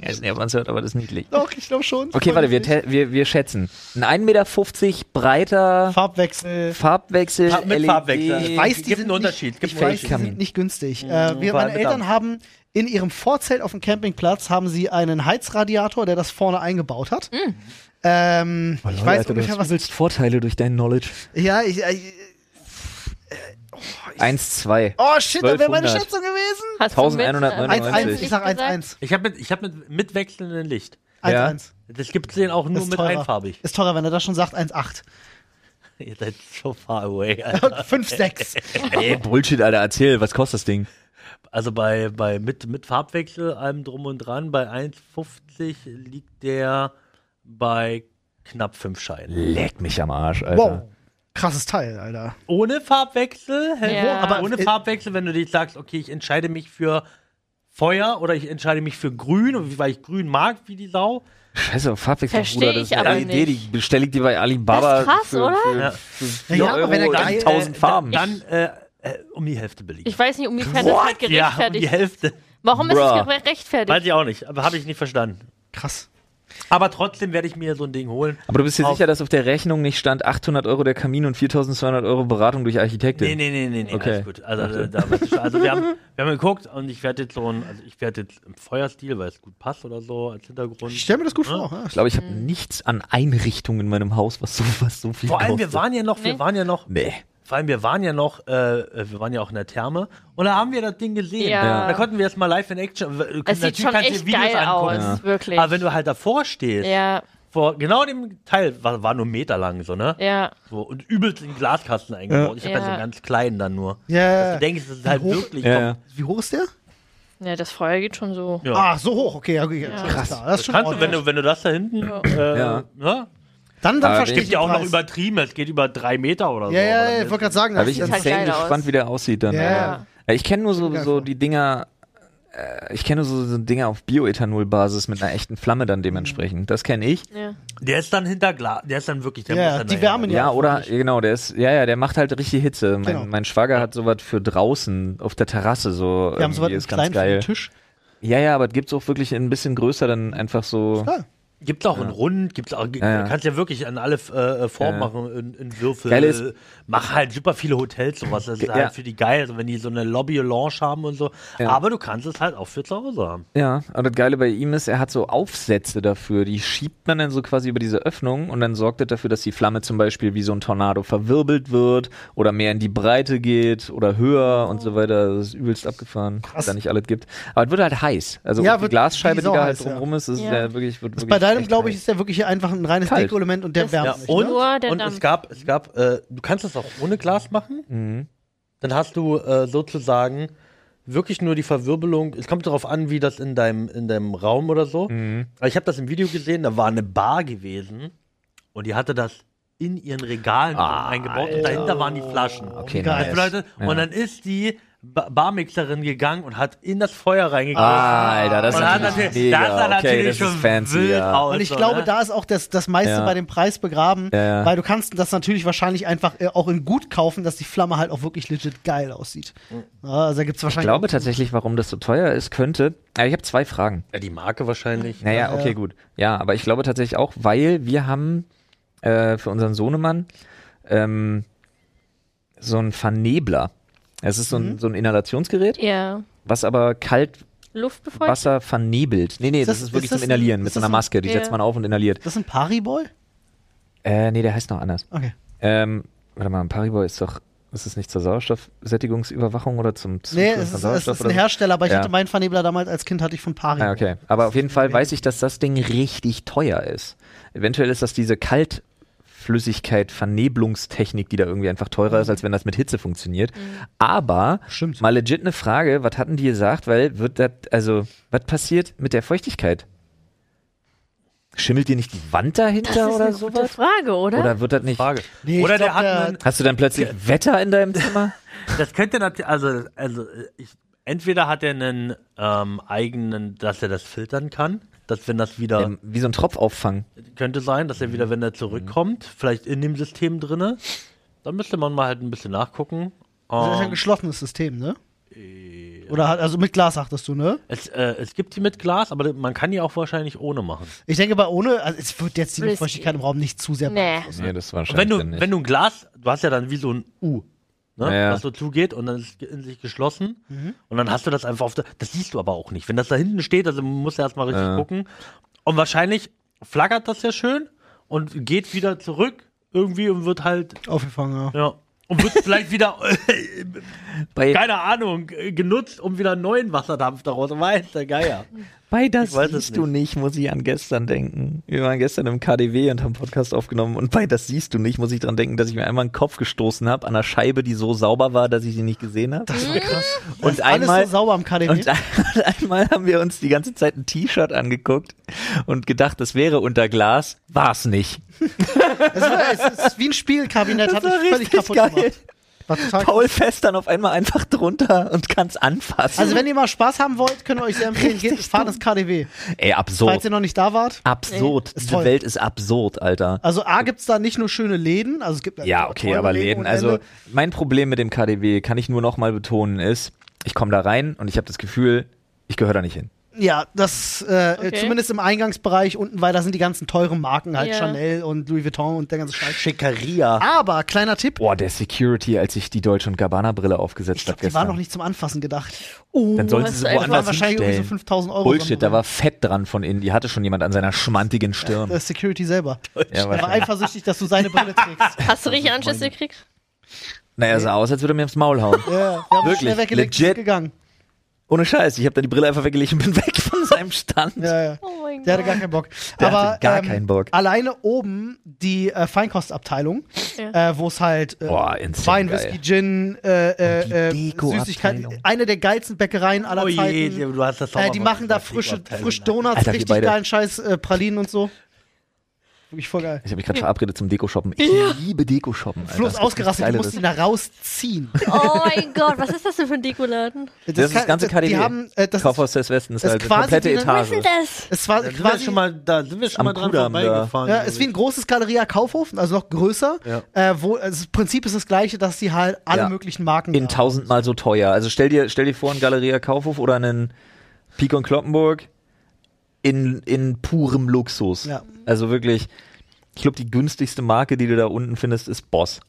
ja, ist nicht, ob man es hört, aber das ist niedlich. Doch, ich glaube schon. Okay, warte, wir, te- wir, wir schätzen. Ein 1,50 Meter breiter Farbwechsel. Farbwechsel. E Fa- mit LED. Farbwechsel. Ich weiß, die Gibt sind einen nicht, Unterschied, Mhm. Ich gibt einen weiß, die Unterschied. sind nicht günstig. Äh, wir, vor allem meine mit Eltern Dampf. haben in ihrem Vorzelt auf dem Campingplatz haben sie einen Heizradiator, der das vorne eingebaut hat. Mhm. Ähm, Oh, ich weiß ungefähr, was. willst Vorteile durch dein Knowledge. Ja, ich. äh, ich 1, 2. oh shit, da wäre meine 1200. Schätzung gewesen. Hast du mit, äh, 1199. 1-1, 99. ich sag 1-1. Ich habe mit, ich hab mit, mit wechselndem Licht. Ja. 1-1. Das gibt's den auch nur Ist mit teurer. einfarbig. Ist teurer, wenn er das schon sagt, 1-8. Ihr seid so far away. Alter. 5-6. Ey, Bullshit, Alter, erzähl, was kostet das Ding? Also bei, bei mit, mit Farbwechsel, allem drum und dran, bei 1,50 liegt der bei knapp 5 Scheinen. Leck mich am Arsch, Alter. Wow. Krasses Teil, Alter. Ohne Farbwechsel, Helmut, Ja. aber ohne Farbwechsel, wenn du dich sagst, okay, ich entscheide mich für Feuer oder ich entscheide mich für Grün, und weil ich Grün mag wie die Sau. Scheiße, Farbwechsel, Versteh Bruder, das ich ist eine aber LED, die bestelle ich dir bei Alibaba. Das ist krass, für, oder? Für, Ja. für Ja, Euro aber wenn er und geil- 1000 Farben. äh, Dann äh, äh, um die Hälfte billiger. Ich weiß nicht, inwiefern das halt ja, um gerechtfertigt die Hälfte. Warum Bruh. ist es gerechtfertigt? Weiß ich auch nicht, aber habe ich nicht verstanden. Krass. Aber trotzdem werde ich mir so ein Ding holen. Aber du bist dir Auf- sicher, dass auf der Rechnung nicht stand 800 Euro der Kamin und 4200 Euro Beratung durch Architektin? Nee, nee, nee, nee, nee, Okay. alles gut. Also, da, da weißt du schon. also wir, haben, wir haben geguckt und ich werde jetzt so ein, also ich werde jetzt im Feuerstil, weil es gut passt oder so als Hintergrund. Ich stelle mir das gut Ja. vor. Ja. Ich glaube, ich habe Hm. nichts an Einrichtungen in meinem Haus, was so, was so viel Vor allem, kostet. wir waren ja noch, wir Nee. waren ja noch, Nee. vor allem, wir waren ja noch, äh, äh, wir waren ja auch in der Therme und da haben wir das Ding gesehen. Ja. Da konnten wir jetzt mal live in Action. äh, Es natürlich sieht schon kannst du dir echt geil aus, wirklich. Aber wenn du halt davor stehst, ja, vor genau dem Teil, war, war nur einen Meter lang so, ne? ja. So, und übelst in den Glaskasten eingebaut. Ich habe Ja. ja so einen ganz kleinen dann nur. Ja. Du denkst, das ist halt Hoch- wirklich Ja, kom- ja. Wie hoch ist der? Ja, das Feuer geht schon so. Ja. Ah, so hoch. Okay, ja, okay. Krass. Das ist schon Kannst du, wenn ordentlich. du, wenn du das da hinten, äh, Ja. ne? Dann, dann Aber verstehe den- ich Gibt ja auch den noch Preis. übertrieben, es geht über drei Meter oder so. Ja, ja, ja, oder ich wollte gerade sagen, Da das bin ich ist halt insane geil aus. gespannt, wie der aussieht dann. Ja. Alter. Ich kenne nur so, Geil so vor. die Dinger, äh, ich kenne nur so, so Dinger auf Bioethanol-Basis mit einer echten Flamme dann Mhm. dementsprechend. Das kenne ich. Ja. der ist dann hinter Glas, der ist dann wirklich, der Ja, dann die dahinter. wärmen Ja, Ja, oder, genau, der ist, ja, ja, der macht halt richtig Hitze. Mein, Genau. mein Schwager hat sowas für draußen auf der Terrasse, so. wir haben so irgendwie, einen ist ganz kleinen für den geil. Tisch. Ja, ja, aber gibt's auch wirklich ein bisschen größer dann einfach so. Ja. Gibt's auch in Rund, gibt's auch, ja. du kannst ja wirklich an alle äh, äh, Formen Ja. machen, in, in Würfel. Geil ist- Mach halt super viele Hotels sowas, das ist Ja. halt für die geil, also wenn die so eine Lobby-Lounge haben und so. Aber du kannst es halt auch für zu Hause haben. Ja, und das Geile bei ihm ist, er hat so Aufsätze dafür, die schiebt man dann so quasi über diese Öffnung und dann sorgt er dafür, dass die Flamme zum Beispiel wie so ein Tornado verwirbelt wird oder mehr in die Breite geht oder höher und so weiter. Das ist übelst abgefahren, was da nicht alles gibt. Aber es wird halt heiß. Also Ja, die wird Glasscheibe, wie die da halt sauheiß, drumrum ist, ist ja. Ja. wirklich, wird wirklich Bei deinem, echt glaube ich, heiß. ist der wirklich einfach ein reines Kalt. Deko-Element und der Das- wärmt Ja, nicht. und, ne? Nur der und Dampf. es gab, es gab, äh, du kannst es auch ohne Glas machen. Mhm. Dann hast du äh, sozusagen wirklich nur die Verwirbelung. Es kommt darauf an, wie das in deinem, in deinem Raum oder so. Mhm. Aber ich habe das im Video gesehen, da war eine Bar gewesen und die hatte das in ihren Regalen Ah, eingebaut und dahinter waren die Flaschen. Okay, Geil. nice. Leute, Ja. Und dann ist die ba Barmixerin gegangen und hat in das Feuer reingegangen. Ah, Alter, das ist und hat natürlich natürlich, das sah mega. Okay, natürlich das ist schon fancy, wild ja. aus. Und ich so, glaube, ne? da ist auch das, das meiste Ja. bei dem Preis begraben, Ja, ja. weil du kannst das natürlich wahrscheinlich einfach äh, auch in gut kaufen, dass die Flamme halt auch wirklich legit geil aussieht. Mhm. Ja, also da gibt es Ich wahrscheinlich. glaube tatsächlich, warum das so teuer ist, könnte. Aber ich habe zwei Fragen. ja, die Marke wahrscheinlich. Naja, Ja, okay, ja. gut. Ja, aber ich glaube tatsächlich auch, weil wir haben äh, für unseren Sohnemann ähm, so einen Vernebler. Es ist so Mhm. ein, so ein Inhalationsgerät, ja. was aber Luftbefeuchtet? Kaltwasser vernebelt. Nee, nee, das, das- ist wirklich ist das zum Inhalieren ein- mit ist so das einer ein- Maske. Die Ja. setzt man auf und inhaliert. das ist ein Pariboy? Äh, nee, der heißt noch anders. Okay. Ähm, warte mal, ein Pariboy ist doch. Ist es nicht zur Sauerstoffsättigungsüberwachung oder zum zum Nee, Zuführen es von ist, es Sauerstoff ist ein oder so? Hersteller, aber ich Also, Ja. hatte meinen Vernebler damals als Kind, hatte ich von Pariboy. Ah, Mhm. okay. Aber auf jeden Fall weiß ich, dass das Ding richtig teuer ist. Eventuell ist das diese Kaltflüssigkeit, Vernebelungstechnik, die da irgendwie einfach teurer Mhm. ist, als wenn das mit Hitze funktioniert. Aber Stimmt. mal legit eine Frage, was hatten die gesagt? Weil wird das, also, was passiert mit der Feuchtigkeit? Schimmelt dir nicht die Wand dahinter Das ist oder eine gute sowas? Frage, oder? Oder wird das nicht. Frage. Nee, ich Oder der glaub, hat der- einen, Hast du dann plötzlich Wetter in deinem Zimmer? das könnte natürlich, also, also äh, ich, entweder hat er einen ähm, eigenen, dass er das filtern kann, dass wenn das wieder, Ähm, Wie so ein Tropf auffangen. könnte sein, dass er wieder, wenn er zurückkommt, vielleicht in dem System drinne, dann müsste man mal halt ein bisschen nachgucken. Das ist ja ein Ähm, geschlossenes System, ne? Äh, Oder hat, also mit Glas sagtest du, ne? es, äh, es gibt die mit Glas, aber man kann die auch wahrscheinlich ohne machen. Ich denke mal ohne, also es wird jetzt die Risky. Luftfeuchtigkeit im Raum nicht zu sehr nee. Nee, das war Wenn du, wenn du ein Glas, du hast ja dann wie so ein U, ne, Ja. was so zugeht und dann ist es in sich geschlossen Mhm. und dann hast du das einfach auf der, das siehst du aber auch nicht. Wenn das da hinten steht, also man muss erstmal richtig Ja. gucken und wahrscheinlich flackert das ja schön und geht wieder zurück irgendwie und wird halt, aufgefangen. Ja. ja, und wird vielleicht wieder, bei, keine Ahnung, äh, genutzt, um wieder neuen Wasserdampf daraus, weiß der Geier. Bei das Ich weiß es siehst du nicht, muss ich an gestern denken. Wir waren gestern im KDW und haben Podcast aufgenommen und bei das siehst du nicht, muss ich dran denken, dass ich mir einmal einen Kopf gestoßen habe an einer Scheibe, die so sauber war, dass ich sie nicht gesehen habe. Das war krass. Alles Und einmal so sauber am KDW. und ein- einmal haben wir uns die ganze Zeit ein T-Shirt angeguckt und gedacht, das wäre unter Glas, war's nicht. Also, Es, war, es ist wie ein Spielkabinett, hat mich völlig kaputt gemacht. War total Paul fest dann auf einmal einfach drunter und kann's anfassen. Also, wenn ihr mal Spaß haben wollt, könnt ihr euch sehr empfehlen, geht fahren ins KDW. Ey, Falls ihr absurd. noch nicht da wart. Absurd. Ist Diese toll. Welt ist absurd, Alter. Also, A, gibt's da nicht nur schöne Läden. Also, es gibt Ja, tolle okay, aber Läden. ohne Also Ende. mein Problem mit dem KDW, kann ich nur nochmal betonen, ist, ich komme da rein und ich habe das Gefühl, ich gehöre da nicht hin. Ja, das, äh, Okay. zumindest im Eingangsbereich unten, weil da sind die ganzen teuren Marken, halt Ja. Chanel und Louis Vuitton und der ganze Scheiß. Schickeria. Aber, kleiner Tipp, Boah, der Security, als ich die Deutsche und Gabbana Brille aufgesetzt habe die waren gestern. noch nicht zum Anfassen gedacht. Oh, Dann sollten hast sie du Das waren woanders wahrscheinlich irgendwie so hinstellen. 5000 Euro. Bullshit, da Sachen. war Fett dran von innen. Die hatte schon jemand an seiner schmantigen Stirn. Der äh, Security selber. Ja, Er war wahrscheinlich. eifersüchtig, dass du seine Brille trägst. Hast du richtig Anschiss gekriegt? Naja, sah aus, als würde er mir aufs Maul hauen. Ja, wir haben Wirklich, schnell weggelegt, legit. sind gegangen. Ohne Scheiß, ich habe da die Brille einfach weggelegt und bin weg von seinem Stand. Ja, ja. Oh mein Der hatte Gott. gar keinen Bock. Der Aber hatte gar ähm, keinen Bock. alleine oben die äh, Feinkostabteilung, Ja. äh, wo es halt äh, Boah, insane Wein, geil. Whisky, Gin, äh, die äh, äh, Deko-Abteilung. Süßigkeiten, eine der geilsten Bäckereien aller Oh je, Zeiten. du hast das doch äh, mal die was machen da gesagt, frische, Deko-Abteilung. frische Donuts, Alter, wir richtig beide. geilen Scheiß, äh, Pralinen und so. Wirklich voll geil. Ich habe mich gerade verabredet zum Deko-Shoppen. Ich liebe Deko-Shoppen. Alter. Flo ist Es gibt ausgerastet, du nichts musst ihn da rausziehen. Oh mein Gott, was ist das denn für ein Dekoladen? Das, Das, ist das kann- ganze die KDW. haben, äh, das ist, Kaufhaus des Westens, das das ist also quasi komplette wie eine- Was Etage. ist denn das? es war Da sind wir quasi schon mal, da sind wir schon Am mal dran Kudamm da. vorbeigefahren. Ja, ist wie ein großes Galeria Kaufhof, also noch größer. Äh, wo, also das Prinzip ist das gleiche, dass sie halt alle Ja. möglichen Marken in da- tausendmal so teuer. Also stell dir, stell dir vor, ein Galeria Kaufhof oder einen Pik und Kloppenburg in, in purem Luxus. Ja. Also wirklich, ich glaube, die günstigste Marke, die du da unten findest, ist Boss.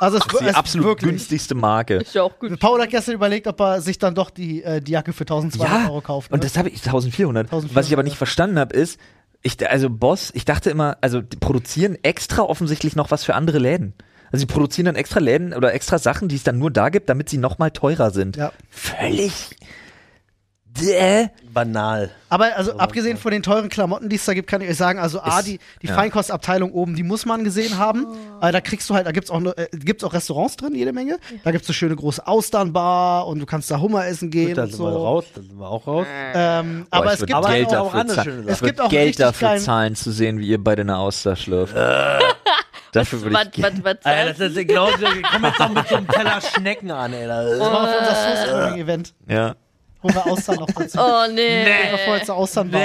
Also es, Die es absolut wirklich. günstigste Marke. Ist ja auch gut. Paul hat gestern überlegt, ob er sich dann doch die, äh, die Jacke für 1200 Euro kauft. Ne? und das habe ich 1400. 1400, Was ich aber nicht ja. verstanden habe, ist, ich, also Boss, ich dachte immer, also die produzieren extra offensichtlich noch was für andere Läden. Also sie produzieren dann extra Läden oder extra Sachen, die es dann nur da gibt, damit sie noch mal teurer sind. Ja. Völlig. Däh. Banal. Aber also abgesehen von den teuren Klamotten, die es da gibt, kann ich euch sagen, also A, Ist- die, die ja. Feinkostabteilung oben, die muss man gesehen haben. Äh, da kriegst du halt, da gibt's auch, ne- äh, gibt's auch Restaurants drin, jede Menge. Da gibt's eine schöne große Austernbar und du kannst da Hummer essen gehen Gut, da und sind wir so. raus, da sind wir auch raus. Ähm, Boah, aber ich es würd gibt halt Geld auch, auch andere dafür zahlen. schöne Sachen. Es Ich würd gibt auch Geld richtig dafür geilen- zahlen zu sehen, wie ihr beide eine Auster schlürft. dafür würde Was, ich was, gerne. was, Alter, was? das ist genau so, wir kommen jetzt noch mit so einem Teller Schnecken an, ey. Da- das war auf unser Soulstreaming-Event, Ja. wo wir Austern noch dazu. Oh nee. Äh. Vorher zur Austern war.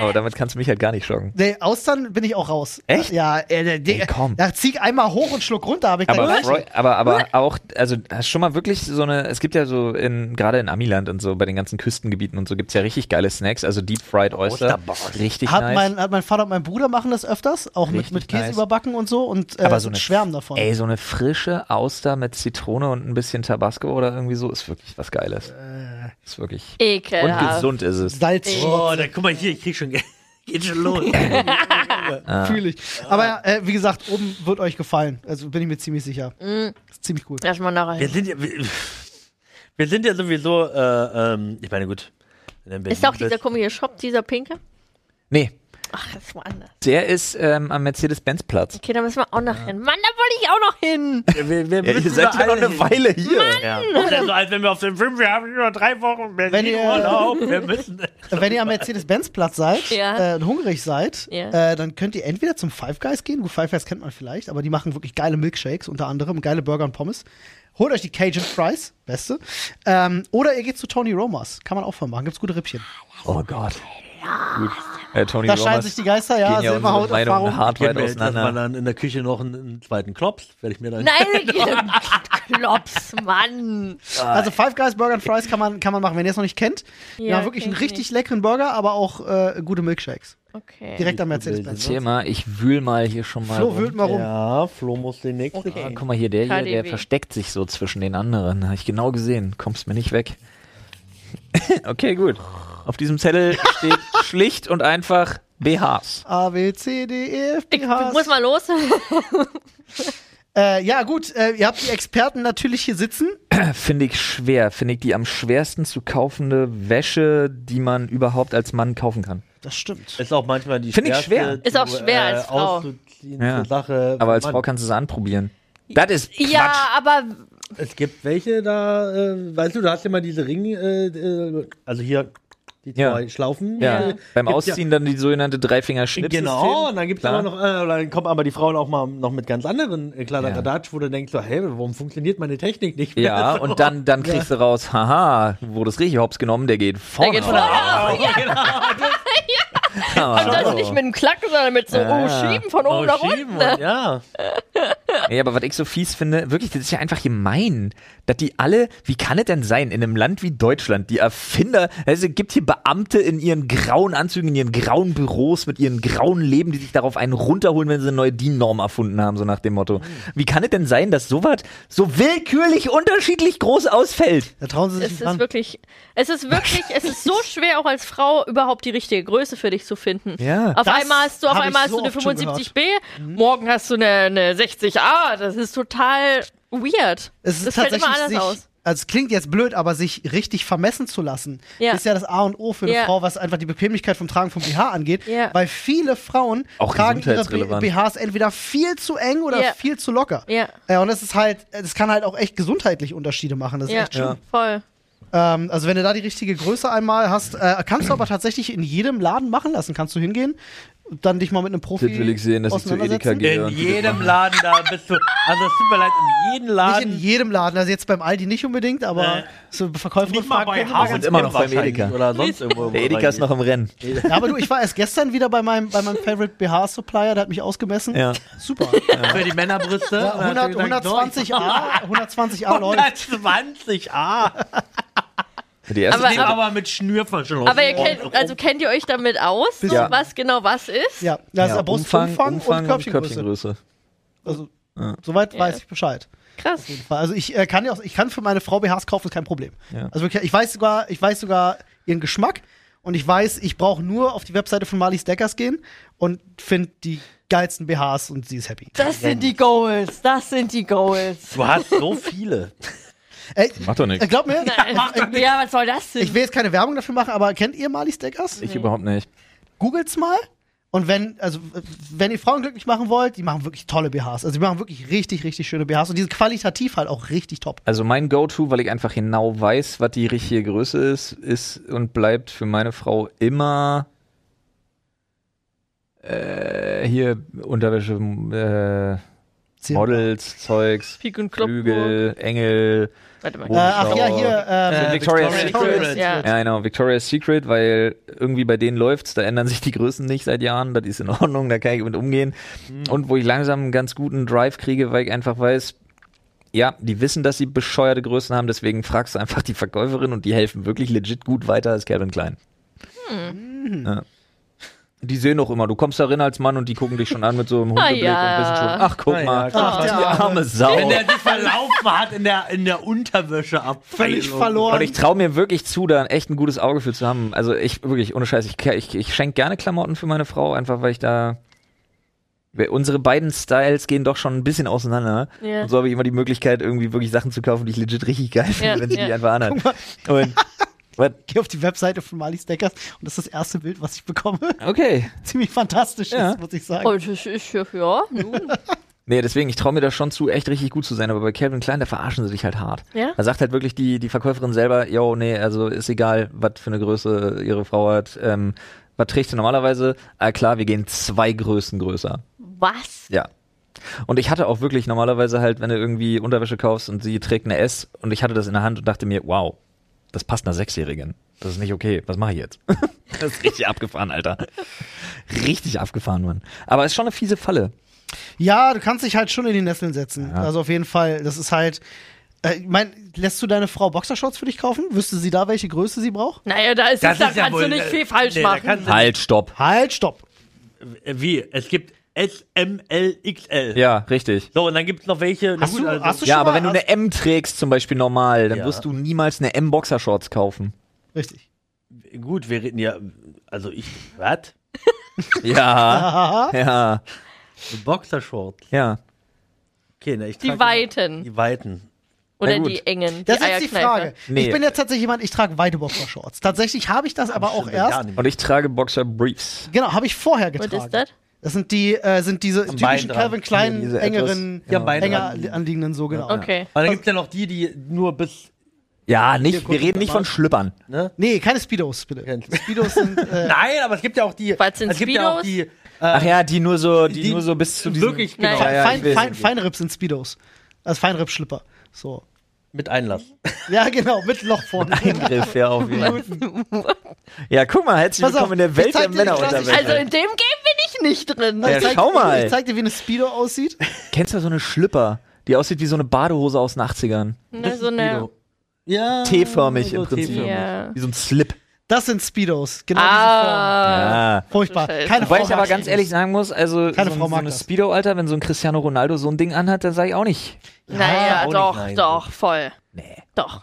Aber damit kannst du mich halt gar nicht schocken. Nee, Austern bin ich auch raus. Echt? Ja, äh, der- der- Ey, komm. Da zieh ich einmal hoch und schluck runter, habe ich Aber, gleich- Freu- aber, aber auch, also hast schon mal wirklich so eine, es gibt ja so in, gerade in Amiland und so, bei den ganzen Küstengebieten und so, gibt's ja richtig geile Snacks, also Deep Fried Oyster. Oysterbar. Richtig Hat, nice. mein, hat mein Vater und mein Bruder machen das öfters, auch mit, Richtig mit Käse nice. überbacken und so und äh, aber so eine, schwärmen davon. Ey, so eine frische Auster mit Zitrone und ein bisschen Tabasco oder irgendwie so, ist wirklich was Geiles. Äh. Ist wirklich. Und Ekelhaft. gesund ist es. Salz Oh, da guck mal hier, ich krieg schon, Geld. geht schon los. Ah. fühle ich. Aber äh, wie gesagt, oben wird euch gefallen. Also bin ich mir ziemlich sicher. Ist ziemlich cool. Erstmal Wir nachher. sind ja, wir, wir sind ja sowieso, äh, ähm, ich meine, gut. wenn du in Ist auch Berlin dieser komische Shop, dieser pinke? Nee, Ach, das ist woanders. der ist ähm, am Mercedes-Benz-Platz. Okay, da müssen wir auch noch hin. Mann, da wollte ich auch noch hin. bist- Wir, wir müssen überall hin. Weile hier. Ja. Das ist so, als wenn wir auf dem Film, wir haben über drei Wochen Wenn Berlin ihr- Urlaub. Wir müssen. Wenn ihr am Mercedes-Benz-Platz seid äh, Ja. und hungrig seid, Ja. äh, dann könnt ihr entweder zum Five Guys gehen. Gut, Five Guys kennt man vielleicht, aber die machen wirklich geile Milkshakes, unter anderem geile Burger und Pommes. Holt euch die Cajun Fries, beste. Ähm, oder ihr geht zu Tony Romas. Kann man auch von machen. Gibt's gute Rippchen. Oh Gott. Gut. Äh, Tony Da scheiden Romas sich die Geister, ja. gehen ja unsere Meinungen Silberhauterfahrung. hart weit Geht mir jetzt erstmal auseinander. dann in der Küche noch einen, einen zweiten Klops. Werde ich mir dann. Nein, Klops, Mann. Also Five Guys Burger and Fries kann man, kann man machen, wenn ihr es noch nicht kennt. Ja, Ja, wirklich kenn einen ich richtig leckeren Burger, aber auch äh, gute Milkshakes. Okay. Direkt am Mercedes-Benz. ne? Erzähl mal, ich wühl mal hier schon mal. Flo rum. wühlt mal rum. Ja, Flo muss den nächsten. Ah, Okay. guck mal hier, der hier, der KDW. versteckt sich so zwischen den anderen. Habe ich genau gesehen. Kommst mir nicht weg. okay, gut. Auf diesem Zettel steht schlicht und einfach BHs. A, B, C, D, E, F, Ich G, H. muss mal los. Äh, ja, gut, äh, ihr habt die Experten natürlich hier sitzen. Finde ich schwer. Finde ich die am schwersten zu kaufende Wäsche, die man überhaupt als Mann kaufen kann. Das stimmt. Ist auch manchmal die Find ich schwerste schwer. Ist auch zu, äh, schwer als Frau. Auszuziehen Ja. zur Sache. Aber als Mann, Frau kannst du sie anprobieren. Das ist Quatsch. Ja, aber Es gibt welche da, äh, weißt du, da hast du immer diese Ringe, äh, äh, also hier, die Ja. zwei Schlaufen. Ja. Ja. Beim Gibt's Ausziehen dann die sogenannte Dreifinger-Schnips. Genau, und dann gibt's Klar. aber noch, äh, dann kommen aber die Frauen auch mal noch mit ganz anderen äh, Kladderadatsch, wo du denkst so, hey, warum funktioniert meine Technik nicht mehr? Ja, und dann, dann kriegst du raus, haha, wurde es richtig hops genommen, der geht vorne. geht auf. vorne Oh, genau. Ah. Und also. das nicht mit einem Klack, sondern mit so, oh, Ja. schieben von oben nach Oh, unten. schieben und, ja. Ja, aber was ich so fies finde, wirklich, das ist ja einfach gemein, dass die alle, wie kann es denn sein, in einem Land wie Deutschland, die Erfinder, also es gibt hier Beamte in ihren grauen Anzügen, in ihren grauen Büros, mit ihren grauen Leben, die sich darauf einen runterholen, wenn sie eine neue DIN-Norm erfunden haben, so nach dem Motto. Wie kann es denn sein, dass sowas so willkürlich unterschiedlich groß ausfällt? Da trauen sie sich Es nicht ist dran. wirklich, es ist wirklich, es ist so schwer, auch als Frau überhaupt die richtige Größe für dich zu finden. Ja. Auf Das einmal hast du, auf hab ich einmal hast so du eine oft schon Mhm. 75b, morgen hast du eine, eine 60a. Das ist total weird. Es ist das fällt tatsächlich immer anders sich, aus. Also es klingt jetzt blöd, aber sich richtig vermessen zu lassen, Ja. ist ja das A und O für eine Ja. Frau, was einfach die Bequemlichkeit vom Tragen von BH angeht. Ja. Weil viele Frauen Auch tragen ihre B- gesundheitsrelevant. BHs entweder viel zu eng oder Ja. viel zu locker. Ja. ja. Und das ist halt, das kann halt auch echt gesundheitlich Unterschiede machen. Das ist Ja, echt schlimm. voll. Ähm, also wenn du da die richtige Größe einmal hast, äh, kannst du aber tatsächlich in jedem Laden machen lassen. Kannst du hingehen, und dann dich mal mit einem Profi Das will ich sehen, dass ich zu Edeka auseinandersetzen. gehe. In jedem Laden da bist du, also es tut mir leid, in jedem Nicht Laden. in jedem Laden, also jetzt beim Aldi nicht unbedingt, aber Äh, so Verkäuferin fragen können, Hagen. aber- sind immer noch beim wahrscheinlich Edeka. Oder sonst irgendwo. Der Edeka ist noch im Rennen. Ja, aber du, ich war erst gestern wieder bei meinem, bei meinem Favorite BH Supplier, der hat mich ausgemessen. Ja. Super. Für die Männerbrüste. Ja, Und dann hat 100, sie gesagt, 120a, no, 120a läuft. 120, ah. Die erste Aber- Aber, aber mit Schnürverschluss. Oh, Aber ihr kennt, also kennt ihr euch damit aus, so, Ja. was genau was ist? Ja, das ist Ja, der Brustumfang und Körbchengröße. Körbchengröße. Also, soweit weiß ich Bescheid. Krass. Also ich äh, kann ja auch, ich kann für meine Frau BHs kaufen, ist kein Problem. Ja. Also wirklich, ich weiß sogar, ich weiß sogar ihren Geschmack und ich weiß, ich brauche nur auf die Webseite von Marlies Deckers gehen und finde die geilsten BHs und sie ist happy. Das sind die Goals, das sind die Goals. Du hast so viele. Ey, Macht doch äh, nichts. glaub mir, Ja, was soll das denn? ich will jetzt keine Werbung dafür machen, aber kennt ihr Marlies Deckers? Ich überhaupt nicht. Googelt's mal. Und wenn, also, äh, wenn ihr Frauen glücklich machen wollt, die machen wirklich tolle BHs. Also, die machen wirklich richtig, richtig schöne BHs und die sind qualitativ halt auch richtig top. Also mein Go-To, weil ich einfach genau weiß, was die richtige Größe ist, ist und bleibt für meine Frau immer äh, hier Unterwäsche, äh, Zehn. Models, Zeugs, Pik und Kloppenburg. Flügel, Engel. Warte mal. Äh, ach ja, hier, Äh, ähm, Victoria's Secret. Ja. Ja, genau, Victoria's Secret, weil irgendwie bei denen läuft's, da ändern sich die Größen nicht seit Jahren, das ist in Ordnung, da kann ich mit umgehen. Hm. Und wo ich langsam einen ganz guten Drive kriege, weil ich einfach weiß, ja, die wissen, dass sie bescheuerte Größen haben, deswegen fragst du einfach die Verkäuferin und die helfen wirklich legit gut weiter als Calvin Klein. Hm. Ja. Die sehen auch immer, du kommst da rein als Mann und die gucken dich schon an mit so einem Ah Hundeblick ja. und wissen schon, ach guck Ah ja, mal, klar. Ach, die der arme Arme. Sau. Wenn der sich verlaufen hat in der, in der Unterwäsche ab. Völlig verloren. Und ich traue mir wirklich zu, da echt ein gutes Auge für zu haben. Also ich wirklich, ohne Scheiß, ich, ich, ich schenke gerne Klamotten für meine Frau, einfach weil ich da. weil Unsere beiden Styles gehen doch schon ein bisschen auseinander. Ja. Und so habe ich immer die Möglichkeit, irgendwie wirklich Sachen zu kaufen, die ich legit richtig geil finde, Ja, wenn sie ja. die einfach anhat. Guck mal. Und, What? Geh auf die Webseite von Marlies Deckers und das ist das erste Bild, was ich bekomme. okay. Ziemlich fantastisch Ja. ist, muss ich sagen. Oh, das ist ja, ja, nun. Nee, deswegen, ich traue mir da schon zu, echt richtig gut zu sein. Aber bei Calvin Klein, da verarschen sie dich halt hart. Ja? Da sagt halt wirklich die, die Verkäuferin selber, yo, nee, also ist egal, was für eine Größe ihre Frau hat. Ähm, was trägt sie normalerweise? Ah klar, wir gehen zwei Größen größer. Was? Ja. Und ich hatte auch wirklich normalerweise halt, wenn du irgendwie Unterwäsche kaufst und sie trägt eine S und ich hatte das in der Hand und dachte mir, wow, das passt einer Sechsjährigen. Das ist nicht okay. Was mache ich jetzt? das ist richtig abgefahren, Alter. Richtig abgefahren, Mann. Aber ist schon eine fiese Falle. Ja, du kannst dich halt schon in die Nesseln setzen. Also auf jeden Fall. Das ist halt. Äh, ich mein, lässt du deine Frau Boxershorts für dich kaufen? Wüsste sie da, welche Größe sie braucht? Naja, da, ist es, da kannst wohl- du nicht viel äh, falsch nee, da machen. kannst Halt, stopp. Halt, stopp. du- Wie? Es gibt SMLXL. Ja, richtig. So, und dann gibt es noch welche. na Hast gut, du- also, hast du- Ja, schon aber mal wenn du eine M trägst, zum Beispiel normal, dann Ja. wirst du niemals eine M-Boxershorts kaufen. Richtig. gut, wir reden ja. Also ich. Was? Ja. ja. Boxershort. Ja. Okay, na, ich Die trage- Weiten Die Weiten. oder gut. die engen. Das die ist jetzt die Eierkneifer. Frage. Nee. Ich bin ja tatsächlich jemand, ich trage weite Boxershorts. Tatsächlich habe ich das aber auch Stimmt, erst. gar nicht. Und ich trage Boxer Briefs. Genau, habe ich vorher Was getragen. ist das? Das sind die, äh, sind diese Bein typischen dran. Calvin Klein Hier diese etwas- engeren, Ja, am Bein enger dran. anliegenden, so genau. Okay. Aber dann gibt es ja noch die, die nur bis Ja, nicht, Hier, wir guck mal. reden nicht von Schlüppern. Ne? Nee, keine Speedos, bitte. Kein- Speedos sind. Äh, Nein, aber es gibt ja auch die. Was sind es gibt ja auch Speedos? die. Äh, Ach ja, die nur so, die, die- nur so bis zu diesem- wirklich Nein. genau. Ja, ja, ich fein, will. fein, Feinrips sind Speedos. Also Feinripp-Schlipper. So. Mit Einlass. Ja, genau, mit Loch vorne. Eingriff, ja, auf jeden Fall. ja, guck mal, herzlich Pass auf, willkommen in der ich Welt zeig der dir die Männerunterwelt. klassische- Also Äh, in dem Game bin ich nicht drin. Ja, Ich zeig- schau mal. Ich zeig dir, wie eine Speedo aussieht. Kennst du so eine Schlüpper, die aussieht wie so eine Badehose aus den 80ern? Ne, so eine, Ja. T-förmig im so Prinzip. T-förmig. Ja. Wie so ein Slip. Das sind Speedos. Genau ah, Ja. diese Form. Furchtbar. Scheiße. Keine Wobei Frau ich aber mag ganz das. ehrlich sagen muss, also Keine so, Frau ein- so mag eine das. Speedo-Alter, wenn so ein Cristiano Ronaldo so ein Ding anhat, dann sage ich auch nicht. naja, auch nicht doch, nein. doch, voll. Nee. Doch.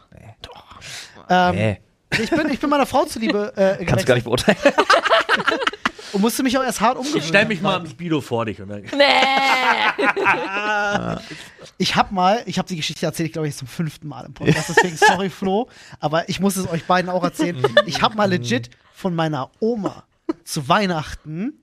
Ähm, Nee. ich, bin, ich bin meiner Frau zuliebe äh, Kannst du gar nicht beurteilen. und musste mich auch erst hart umgewöhnen. Ich stell mich mal am Speedo vor dich und dann. Nee. Ich hab mal, ich habe die Geschichte erzählt, ich glaube jetzt zum fünften Mal im Podcast, deswegen sorry Flo, aber ich muss es euch beiden auch erzählen. Ich hab mal legit von meiner Oma zu Weihnachten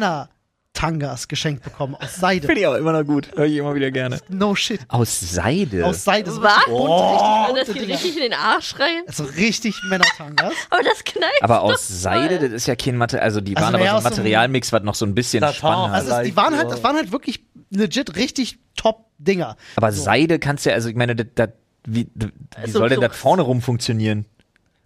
Männer-Tangas geschenkt bekommen aus Seide. ich auch immer noch gut. Hör ich immer wieder gerne. No shit. Aus Seide. Aus Seide. So Was? Oh, Oh. richtig bunt, richtig das bunte geht Dinger. richtig in den Arsch rein. Also richtig Männer-Tangas. Aber das knallt. aber aus Seide, das ist ja kein Material. Also die Also waren aber eher so ein aus so einem- Materialmix, was noch so ein bisschen Satin. spannender Also es, die waren halt, ja. das waren halt wirklich legit richtig Top-Dinger. Aber Seide kannst du ja, also ich meine, das, das, wie, d- wie so soll ein denn das Klumps. vorne rum funktionieren?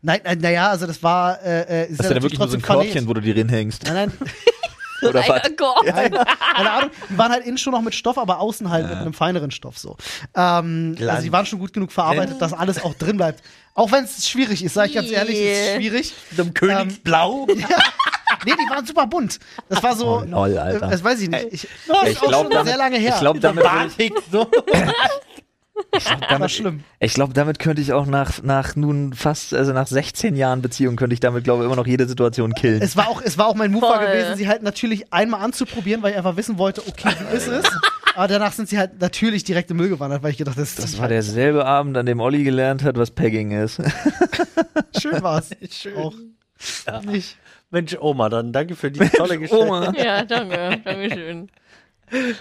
Nein, nein, naja, also das war. Äh, äh, ist Das ist ja da wirklich nur so ein Körbchen, wo du die reinhängst. Nein, nein, Oder was? Ja. keine Ahnung. Die waren halt innen schon noch mit Stoff, aber außen halt mit einem feineren Stoff so. Ähm, also die waren schon gut genug verarbeitet, dass alles auch drin bleibt. Auch wenn es schwierig ist, sage ich ganz ehrlich, es ist Yeah. schwierig. Mit einem Königsblau. Ja. Nee, die waren super bunt. Das war so. Oh, lol, Alter. äh, Das weiß ich nicht. Ich, Ja, das ich glaube, schon damit, sehr lange her. ich glaube, damit, Batik, so. das war schlimm. ich glaub, damit könnte ich auch nach, nach nun fast, also nach 16 Jahren Beziehung, könnte ich damit, glaube ich, immer noch jede Situation killen. Es war auch, es war auch mein Move Voll. gewesen, sie halt natürlich einmal anzuprobieren, weil ich einfach wissen wollte, okay, wie ist es? Aber danach sind sie halt natürlich direkt im Müll gewandert, weil ich gedacht, das, das war derselbe Abend, an dem Olli gelernt hat, was Pegging ist. schön war's. Schön. Auch. Nicht. Mensch, Oma, dann danke für die tolle Geschichte. ja, danke. Dankeschön.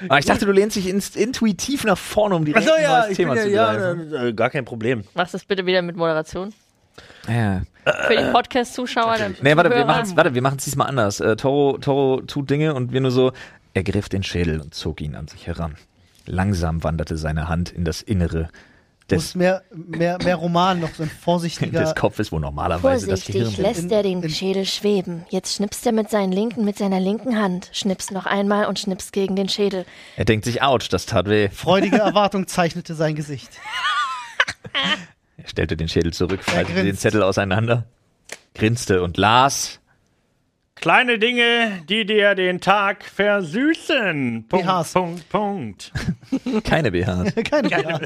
Aber ich dachte, du lehnst dich inst- intuitiv nach vorne, um direkt Achso, ein ja, neues ich Thema bin ja, zu ja greifen. äh, gar kein Problem. Machst das bitte wieder mit Moderation. Ja. Für die Podcast-Zuschauer. dann- Äh, Nee, warte, wir Zuhörer. machen's, warte, wir machen's diesmal anders. Äh, Toro, Toro tut Dinge und wir nur so, er griff den Schädel und zog ihn an sich heran. Langsam wanderte seine Hand in das Innere Muss des, mehr, mehr, mehr Roman noch so ein vorsichtiger. des Kopfes, wo normalerweise das Vorsichtig Gehirn lässt er den Schädel schweben. Jetzt schnipst er mit, seinen linken, mit seiner linken Hand, schnipst noch einmal und schnipst gegen den Schädel. Er denkt sich, ouch, das tat weh. Freudige Erwartung zeichnete sein Gesicht. Er stellte den Schädel zurück, faltete den grinst. Zettel auseinander, grinste und las. Kleine Dinge, die dir den Tag versüßen. Punkt, BHs. Punkt, Punkt. Keine BHs, Keine Ahnung.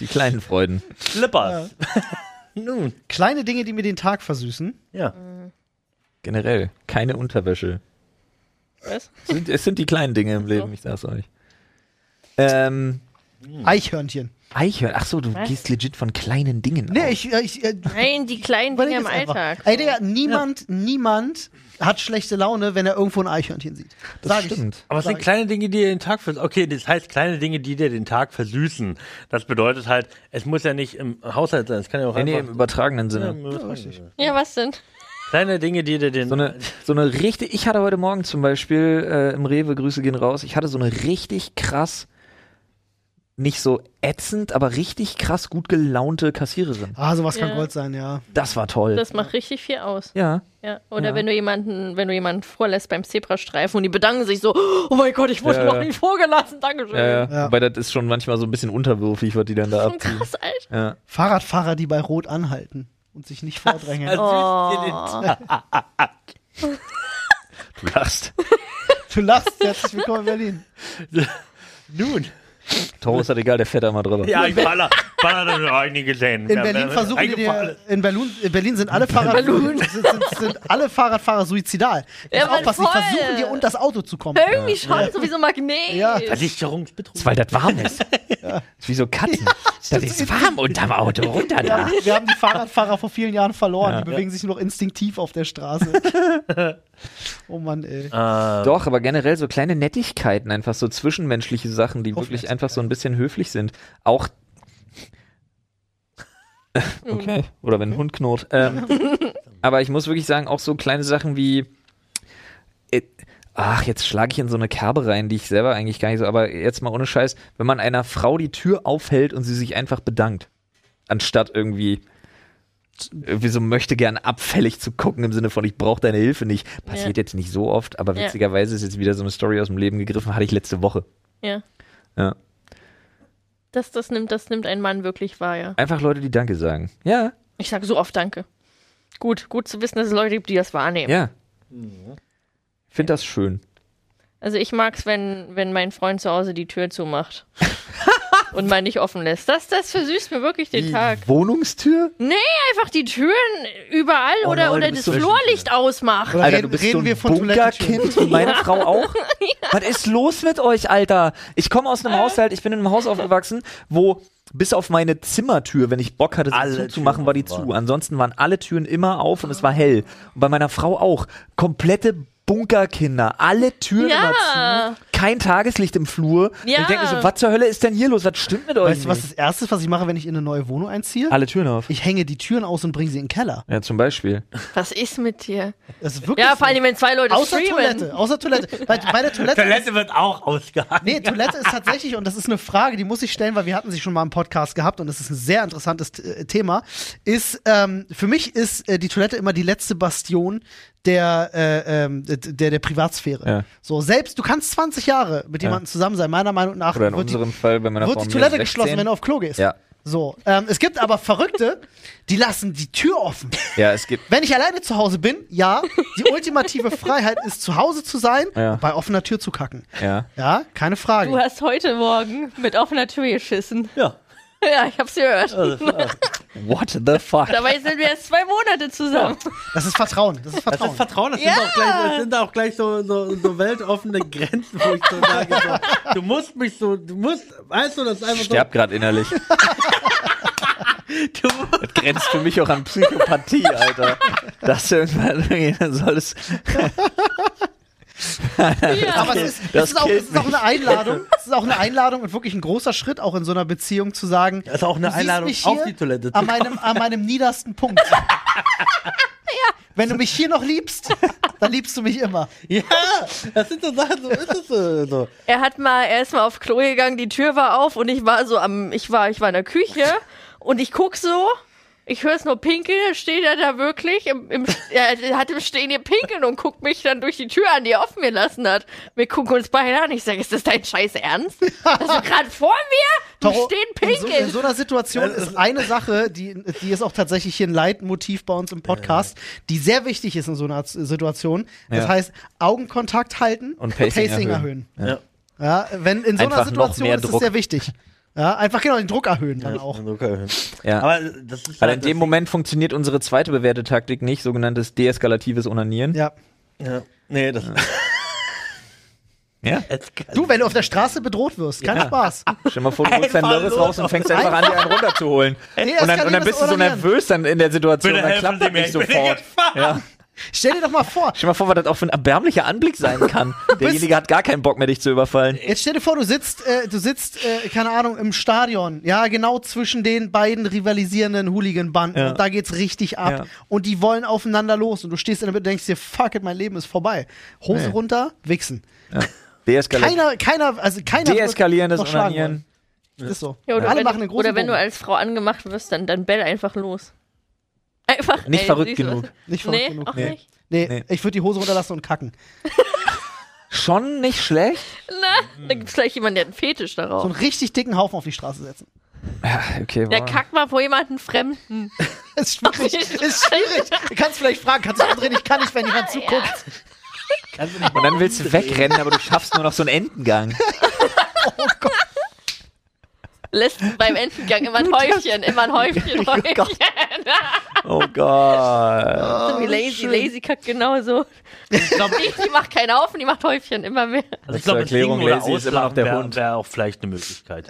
die kleinen Freuden. Slippers. Nun, Kleine Dinge, die mir den Tag versüßen. ja. Generell, keine Unterwäsche. Was? Es sind, es sind die kleinen Dinge im Leben, ich sag's euch. Ähm, Eichhörnchen. Eichhörn, ach so, du gehst legit von kleinen Dingen Nee, aus. ich, ich, äh, Nein, die kleinen überleg Dinge im das einfach. Alltag. Ey, Digga, niemand, niemand hat schlechte Laune, wenn er irgendwo ein Eichhörnchen sieht. Das Sag ich. stimmt. Aber es sind kleine Dinge, die dir den Tag versüßen. Okay, das heißt kleine Dinge, die dir den Tag versüßen. Das bedeutet halt, es muss ja nicht im Haushalt sein. Es kann ja auch Nee, nee, einfach. im übertragenen Ja, Sinne. im Übertragenen. Ja, was denn? Kleine Dinge, die dir den. So eine, so eine richtig, ich hatte heute Morgen zum Beispiel äh, im Rewe, Grüße gehen raus, ich hatte so eine richtig krass, nicht so ätzend, aber richtig krass gut gelaunte Kassiererin. Ah, sowas Ja. kann Gold sein, ja. Das war toll. Das macht richtig viel aus. ja. Ja. Oder Ja. wenn du jemanden, wenn du jemanden vorlässt beim Zebrastreifen und die bedanken sich so, oh mein Gott, ich wurde Ja, noch ja. nie vorgelassen, Dankeschön. Ja. Wobei das ist schon manchmal so ein bisschen unterwürfig, was die dann da Schon abziehen. krass, Alter. Ja. Fahrradfahrer, die bei Rot anhalten und sich nicht vordrängen. Also- Versüßt dir den Tag. Du lachst. Du lachst, herzlich willkommen in Berlin. Nun. Toro ist halt egal, der fährt da immer drüber. Ja, ich baller, baller das noch nie gesehen. In Berlin versuchen die dir, in Berlin, in Berlin sind alle Fahrrad, sind, sind, sind alle Fahrradfahrer suizidal. Ja, Ja, Mann, auch was, die voll. versuchen dir unter das Auto zu kommen. Irgendwie schon, so wie so ein Magnet. Ja. Versicherungsbetrug. Weil das warm ist. Ist wie so Katzen. das ist warm unterm Auto, runter da. Wir haben die Fahrradfahrer vor vielen Jahren verloren. Die bewegen sich nur noch instinktiv auf der Straße. oh Mann, ey. Ah, Doch, aber generell so kleine Nettigkeiten, einfach so Oh, zwischenmenschliche Sachen, die wirklich einfach so ein bisschen höflich sind. Auch Okay. Oder wenn ein Hund knurrt. Ähm, aber ich muss wirklich sagen, auch so kleine Sachen wie. äh, Ach, jetzt schlage ich in so eine Kerbe rein, die ich selber eigentlich gar nicht so. Aber jetzt mal ohne Scheiß, wenn man einer Frau die Tür aufhält und sie sich einfach bedankt, anstatt irgendwie. Irgendwie so möchte gern abfällig zu gucken im Sinne von, ich brauche deine Hilfe nicht. Passiert jetzt nicht so oft, aber Ja. witzigerweise ist jetzt wieder so eine Story aus dem Leben gegriffen, hatte ich letzte Woche. Ja. Ja. Das, das, nimmt, das nimmt ein Mann wirklich wahr, ja. Einfach Leute, die Danke sagen. Ja, Ich sage so oft Danke. Gut, gut zu wissen, dass es Leute gibt, die das wahrnehmen. ja. Ich finde das schön. Also ich mag's, wenn, wenn mein Freund zu Hause die Tür zumacht. und mal nicht offen lässt. Das, das versüßt mir wirklich den Tag. Wohnungstür? Nee, einfach die Türen überall oder, Leute, oder bist das du- Florlicht ausmacht. Oder Alter, reden- du bist reden so ein wir von Bunkerkind und meine Frau auch. Was ist los mit euch, Alter? Ich komme Äh. aus einem Haushalt, ich bin in einem Haus aufgewachsen, wo bis auf meine Zimmertür, wenn ich Bock hatte, Alle sie zuzumachen, Türen war die offen zu. Ansonsten waren alle Türen immer auf und es war hell. Und bei meiner Frau auch. Komplette Bunkerkinder, alle Türen Ja. immer zu, kein Tageslicht im Flur. Ja. Ich denke so, was zur Hölle ist denn hier los? Was stimmt mit euch? Weißt du, was das nicht? Erste ist, was ich mache, wenn ich in eine neue Wohnung einziehe? Alle Türen auf. Ich hänge die Türen aus und bringe sie in den Keller. Ja, zum Beispiel. Was ist mit dir? Das ist wirklich Ja, so. vor allem, wenn zwei Leute Außer streamen. Toilette, außer Toilette. Bei, bei der Toilette. Toilette wird auch ausgehangen. Nee, Toilette ist tatsächlich, und das ist eine Frage, die muss ich stellen, weil wir hatten sie schon mal im Podcast gehabt und das ist ein sehr interessantes äh, Thema, ist, ähm, für mich ist äh, die Toilette immer die letzte Bastion der, äh, ähm, d- der, der Privatsphäre. Ja. So, selbst, du kannst 20 Jahre mit jemandem zusammen sein, meiner Meinung nach Oder in wird, die, unserem Fall, wenn um man wird die Toilette geschlossen, wenn du auf Klo gehst. Ja. So, ähm, es gibt aber Verrückte, die lassen die Tür offen. Ja, es gibt. Wenn ich alleine zu Hause bin, ja, die ultimative Freiheit ist, zu Hause zu sein, Ja. und bei offener Tür zu kacken. Ja. Ja, keine Frage. Du hast heute Morgen mit offener Tür geschissen. Ja. Ja, ich hab's gehört. What the fuck? Dabei sind wir erst zwei Monate zusammen. Das ist Vertrauen. Das ist Das Vertrauen. ist Vertrauen, das, sind auch gleich, das sind auch gleich so, so, so weltoffene Grenzen, wo ich so sage, so, du musst mich so, du musst, weißt du, das ist einfach Ich sterb gerade innerlich. so, du Das grenzt für mich auch an Psychopathie, Alter. Das irgendwann dann soll es. aber es ist, Das es, ist auch, killt es ist auch eine Einladung. Es ist auch eine Einladung und wirklich ein großer Schritt auch in so einer Beziehung zu sagen. Das ist auch eine du siehst Einladung, mich auf hier die Toilette zu An meinem, an meinem niedersten Punkt. Wenn du mich hier noch liebst, dann liebst du mich immer. Ja, das sind so Sachen, so ist es so. so. Er hat mal, er ist mal auf Klo gegangen, die Tür war auf und ich war so am, ich war, ich war in der Küche und ich guck so, ich höre es nur pinkeln, steht er da wirklich, im, im, er hat im Stehen hier pinkeln und guckt mich dann durch die Tür an, die er offen gelassen hat. Wir gucken uns beide an, ich sage, ist das dein scheiß Ernst? Hast du gerade vor mir? Du Toro, stehen in, so, pinkeln. in so einer Situation ist eine Sache, die, die ist auch tatsächlich hier ein Leitmotiv bei uns im Podcast, die sehr wichtig ist in so einer Z- Situation. Das Ja. heißt, Augenkontakt halten Und Pacing erhöhen. erhöhen. Ja. Ja, wenn in so einer Einfach noch Situation mehr ist es Druck. sehr wichtig. Ja, einfach genau den Druck erhöhen dann auch. Okay. Ja. Aber das ist Weil halt in dem das- Moment funktioniert unsere zweite bewährte Taktik nicht, sogenanntes deeskalatives Onanieren. Ja. Ja. Nee, das Ja. Du, wenn du auf der Straße bedroht wirst, kein Spaß. Ah, Stell dir mal vor, du holst dein Einfach Lörres los. raus und fängst einfach an, dir einen runterzuholen. Und dann, und dann bist du so Deeskalierendes nervös dann in der Situation, Bitte dann helfen klappt Sie das mir, nicht ich bin in sofort. Ja. Stell dir doch mal vor, Stell dir mal vor, was das auch für ein erbärmlicher Anblick sein kann. Derjenige hat gar keinen Bock mehr, dich zu überfallen. jetzt stell dir vor, du sitzt, äh, du sitzt, äh, keine Ahnung, im Stadion, ja, genau zwischen den beiden rivalisierenden Hooligan-Banden. Ja. Und da geht's richtig ab. Ja. Und die wollen aufeinander los. Und du stehst in der Mitte und denkst dir, fuck it, mein Leben ist vorbei. Hose Nee. runter, wichsen. Deeskalieren. Keiner, keiner, also keiner. wird Deeskalierendes noch schlagen Onanieren. wollen. Ist so. Ja, oder Alle wenn, machen du, einen großen oder wenn du Bogen. als Frau angemacht wirst, dann, dann bell einfach los. Einfach. Nicht ey, verrückt siehst du genug. was? Nicht verrückt Nee, genug. auch Nee. nicht. Nee, Nee. ich würde die Hose runterlassen und kacken. Schon nicht schlecht. Na, da gibt's gleich jemanden, der hat einen Fetisch darauf. So einen richtig dicken Haufen auf die Straße setzen. Okay, der wow. kackt mal vor jemanden Fremden. Ist schwierig. Ist schwierig. Du kannst vielleicht fragen, kannst du umdrehen? Ich kann nicht, wenn jemand zuguckt. Und dann willst du wegrennen, aber du schaffst nur noch so einen Entengang. Lässt beim Entengang immer ein Häufchen, immer ein Häufchen, Häufchen. Oh Gott. so wie Oh, Lazy, Lazy kackt genauso. Die, die macht keinen Haufen, die macht Häufchen, immer mehr. Also ich Zur glaube, Erklärung, Erklärung, oder Lazy ist immer noch Auslachen der wäre Hund. wär auch vielleicht eine Möglichkeit.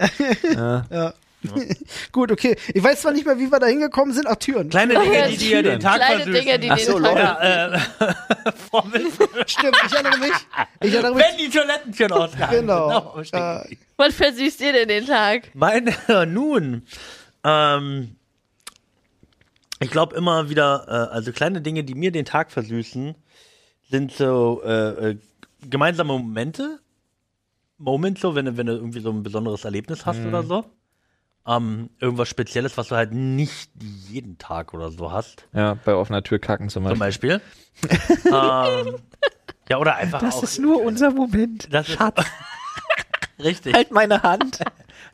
Gut, okay. Ich weiß zwar nicht mehr, wie wir da hingekommen sind. Ach, Türen. Kleine Dinge, die dir den Tag Kleine versüßen. Dinge, die Ach den so, Tag- Leute. ja, äh, Formel, Stimmt, ich erinnere mich. Ich erinnere mich. wenn die Toilettentüren ausgehangen Genau. sind. Genau. Äh, Was versüßt ihr denn den Tag? Meine, nun, ähm, Ich glaube immer wieder, äh, also kleine Dinge, die mir den Tag versüßen, sind so äh, äh, gemeinsame Momente. Moment so, wenn du, wenn du irgendwie so ein besonderes Erlebnis hast oder so. Ähm, irgendwas Spezielles, was du halt nicht jeden Tag oder so hast. Ja, bei offener Tür kacken zum Zum Beispiel. Beispiel. ähm, ja, oder einfach auch. nur unser Moment. das ist- Richtig. Halt meine Hand.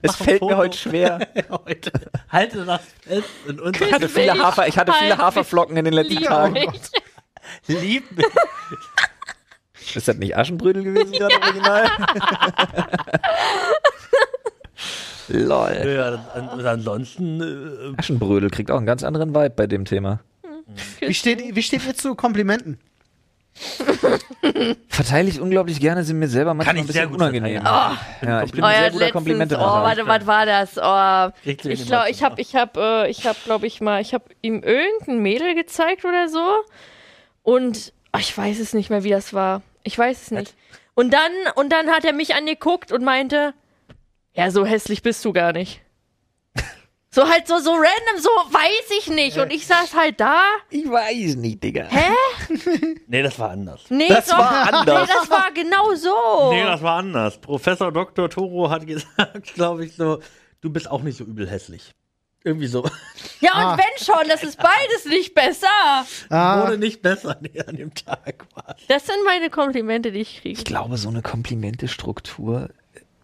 Es Mach ein fällt Foto. mir heute schwer. Heute. Halte das fest in Ich unserer hatte viele, ich Hafer, ich hatte viele halt Haferflocken in den letzten Liebe Tagen. nicht. Liebe. Ist das nicht Aschenbrödel gewesen, gerade original? Lol. Ja, das- an- und ansonsten äh, Aschenbrödel kriegt auch einen ganz anderen Vibe bei dem Thema. Äh, Wie steht, wie steht ihr zu Komplimenten? Verteile ich unglaublich gerne, sind mir selber manchmal ich ein sehr bisschen gut unangenehm. ja, ich bin Oh, ein ja, sehr guter letztens- Komplimente Oh, warte, was war das? Oh, Kriegst du ich ihn glaube, immer ich habe, ich habe, äh, ich habe, glaube ich mal, ich habe ihm irgendein Mädel gezeigt oder so. Und oh, ich weiß es nicht mehr, wie das war. Ich weiß es nicht. Und dann, und dann hat er mich angeguckt und meinte, ja, so hässlich bist du gar nicht. So halt so, so random, so weiß ich nicht. Äh. Und ich saß halt da. Ich weiß nicht, Digga. Nee, das war anders. Nee, Das so, war anders. Nee, das war genau so. Nee, das war anders. Professor Dr. Toro hat gesagt, glaube ich, so, du bist auch nicht so übel hässlich. Irgendwie so. ja, und Ah. wenn schon, das ist beides nicht besser. Ah, Wurde nicht besser nee, an dem Tag. war's. Das sind meine Komplimente, die ich kriege. Ich glaube, so eine Komplimente-Struktur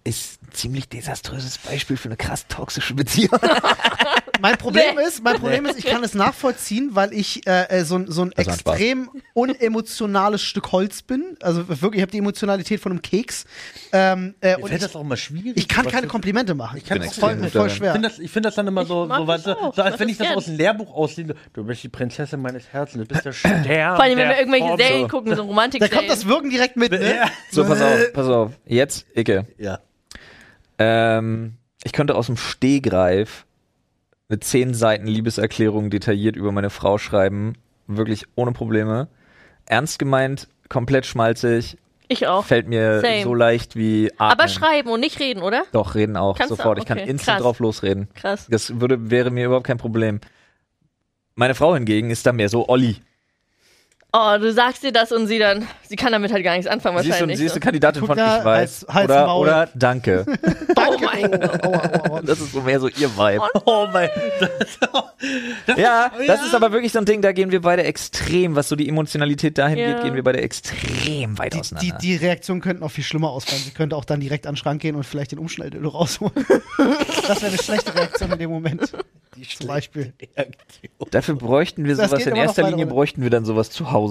ist ein ziemlich desaströses Beispiel für eine krass toxische Beziehung. mein Problem ist, mein Problem ist, ich kann es nachvollziehen, weil ich äh, äh, so, ein- so ein Das war ein Spaß. extrem unemotionales Stück Holz bin. Also wirklich, ich habe die Emotionalität von einem Keks. Ähm, äh, Mir und fällt ich, das auch immer schwierig. ich kann was keine zu- Komplimente machen. Ich kann kann auch voll, extrem gut voll darin. Ich schwer. finde das, ich find das dann immer so, Ich mag so, das weißt du, auch. so als Das wenn ich ist das gern. aus dem Lehrbuch auslese. Du bist die Prinzessin meines Herzens, du bist der Stern. Vor allem, wenn wir der irgendwelche Form. Serien gucken, Da so Romantik-Serien. kommt das Wirken direkt mit. Ne? Ja. So, pass auf, pass auf. Jetzt, Icke. ja. Ähm, ich könnte aus dem Stehgreif eine 10 Seiten Liebeserklärung detailliert über meine Frau schreiben. Wirklich ohne Probleme. Ernst gemeint, komplett schmalzig. Ich auch. Fällt mir Same. so leicht wie atmen. Aber schreiben und nicht reden, oder? Doch, reden auch Kannst du sofort. auch, Ich kann okay. instant Krass. drauf losreden. Krass. Das würde, wäre mir überhaupt kein Problem. Meine Frau hingegen ist da mehr so Olli. Oh, du sagst ihr das und sie dann, sie kann damit halt gar nichts anfangen Sie ist, so- wahrscheinlich. sie ist eine Kandidatin Guck von da, Ich weiß. Hals- Hals, oder, Maul. oder Danke. oh mein Gott. Aua, aua, aua. Das ist so mehr so ihr Vibe. Oh mein Ja, das ist aber wirklich so ein Ding, da gehen wir beide extrem, was so die Emotionalität dahin Ja. geht, gehen wir beide extrem weit Die, auseinander. die Reaktionen könnten auch viel schlimmer ausfallen. Sie könnte auch dann direkt an den Schrank gehen und vielleicht den Umschnelldildo rausholen. das wäre eine schlechte Reaktion in dem Moment. Zum Beispiel. Dafür bräuchten wir Das sowas, geht in immer noch erster weiter Linie runter. Ah. bräuchten wir dann sowas zu Hause.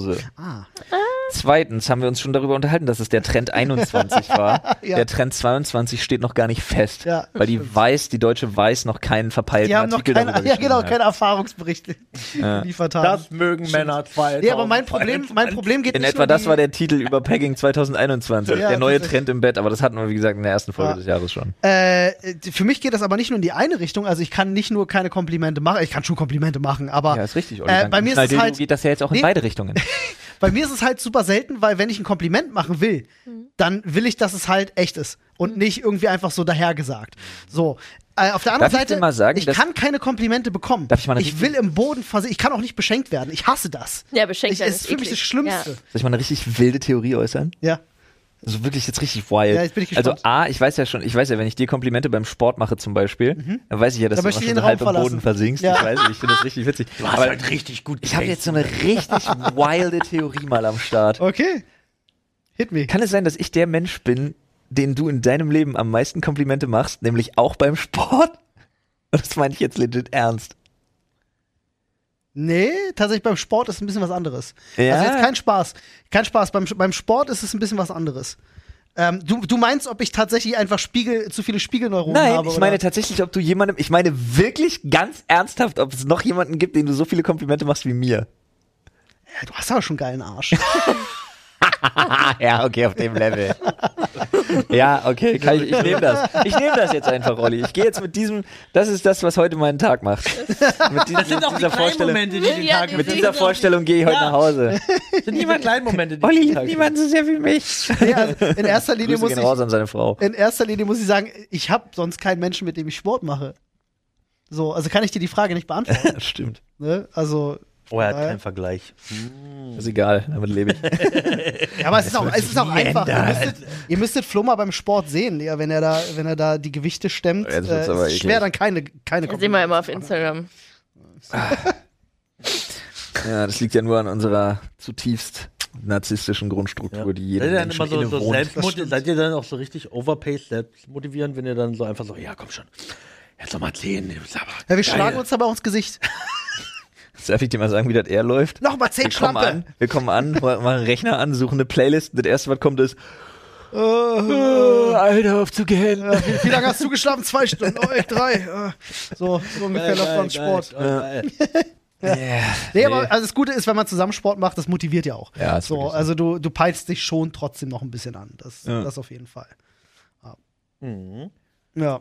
Zweitens haben wir uns schon darüber unterhalten, dass es der Trend 21 war. Ja. Der Trend 22 steht noch gar nicht fest, Ja, weil die weiß, die Deutsche weiß noch keinen verpeilten Die haben noch Artikel keine, darüber ja, genau, geschrieben keine Erfahrungsberichte geliefert haben. Das mögen Männer zwei. ja, aber mein Problem, mein Problem geht In nicht etwa nur das die, war der Titel über Pegging 2021, Ja, der neue tatsächlich. Trend im Bett, aber das hatten wir, wie gesagt, in der ersten Folge Ja. des Jahres schon. äh, die- Für mich geht das aber nicht nur in die eine Richtung. Also ich kann nicht nur keine Komplimente machen, ich kann schon Komplimente machen, aber ist richtig, Olli, Äh, danke. bei mir ist es Schneidedo halt- geht das ja jetzt auch in Nee. beide Richtungen. bei mir ist es halt super selten, weil wenn ich ein Kompliment machen will, Mhm. dann will ich, dass es halt echt ist und nicht irgendwie einfach so dahergesagt. So. Äh, auf der anderen Darf ich Seite, dir mal sagen, ich dass- kann keine Komplimente bekommen. Darf ich mal eine ich richtige- will im Boden versinken. Ich kann auch nicht beschenkt werden. Ich hasse das. Ja, beschenkt ich, werden Es ist ist für mich eklig. das Schlimmste. Soll ich mal eine richtig wilde Theorie äußern? Ja. Also wirklich jetzt richtig wild. Ja, jetzt bin ich gespannt. Also A, ich weiß ja schon, ich weiß ja, wenn ich dir Komplimente beim Sport mache zum Beispiel, dann weiß ich ja, dass Dann Mhm. du möchte ich schon den halb Raum im verlassen. Boden versinkst. Ja. Ich weiß, ich finde das richtig witzig. Du hast Aber halt richtig gut ich habe jetzt so eine richtig wilde Theorie mal am Start. Okay. Hit me. Kann es sein, dass ich der Mensch bin, den du in deinem Leben am meisten Komplimente machst, nämlich auch beim Sport? Und das meine ich jetzt legit ernst. Nee, tatsächlich beim Sport ist ein bisschen was anderes. Ja. Also jetzt kein Spaß. Kein Spaß. Beim, beim Sport ist es ein bisschen was anderes. Ähm, du, du meinst, ob ich tatsächlich einfach Spiegel, zu viele Spiegelneuronen Nein, habe? ich meine oder? tatsächlich, ob du jemandem, ich meine wirklich ganz ernsthaft, ob es noch jemanden gibt, den du so viele Komplimente machst wie mir. Ja, du hast aber schon einen geilen Arsch. Ah, ja, okay, auf dem Level. ja, okay, kann ich, ich nehme das. Ich nehme das jetzt einfach, Olli. Ich gehe jetzt mit diesem, das ist das, was heute meinen Tag macht. Mit, die, mit dieser Vorstellung, Momente, die den Ja, Tag die- mit die- dieser Vorstellung gehe ich heute Ja. nach Hause. sind immer kleine Momente, die Olli den liebt Tag niemanden so sehr wie mich. Nee, also in erster Linie Grüße muss gehen ich, raus an seine Frau. in erster Linie muss ich sagen, ich habe sonst keinen Menschen, mit dem ich Sport mache. So, also kann ich dir die Frage nicht beantworten. Stimmt. ne? Also, Oh, er hat Ja. keinen Vergleich. Ist egal, damit lebe ich. ja, aber es ist auch, es ist auch einfach. Ihr müsstet, ihr müsstet Flo mal beim Sport sehen, ja, wenn er da, wenn er da die Gewichte stemmt. Jetzt wird's äh, ist aber es schwer eklig. dann keine, keine Das sehen wir immer auf Instagram. Ja, das liegt ja nur an unserer zutiefst narzisstischen Grundstruktur, die ne? Seid jeder ihr dann Menschen immer so, inne so wohnt. selbstmoti- seid ihr dann auch so richtig overpaced selbstmotivierend, wenn ihr dann so einfach so, ja komm schon, jetzt nochmal 10. ist aber Ja, wir geil. schlagen uns dabei ins Gesicht. Darf ich dir mal sagen, wie das er läuft? Nochmal zehn Wir kommen Schlampe. an, wir kommen an, machen einen Rechner an, suchen eine Playlist. Das erste, was kommt, ist äh, Alter, auf zu gehen. Äh, wie, wie lange hast du geschlafen? Zwei Stunden, oh, ich drei. Äh, So, so ungefähr Geil, läuft geil, beim Sport. geil, geil. Nee, aber also das Gute ist, wenn man zusammen Sport macht, das motiviert ja auch. Ja, ist so, wirklich so. also du, du peilst dich schon trotzdem noch ein bisschen an. Das, Ja. das auf jeden Fall. Mhm. Ja.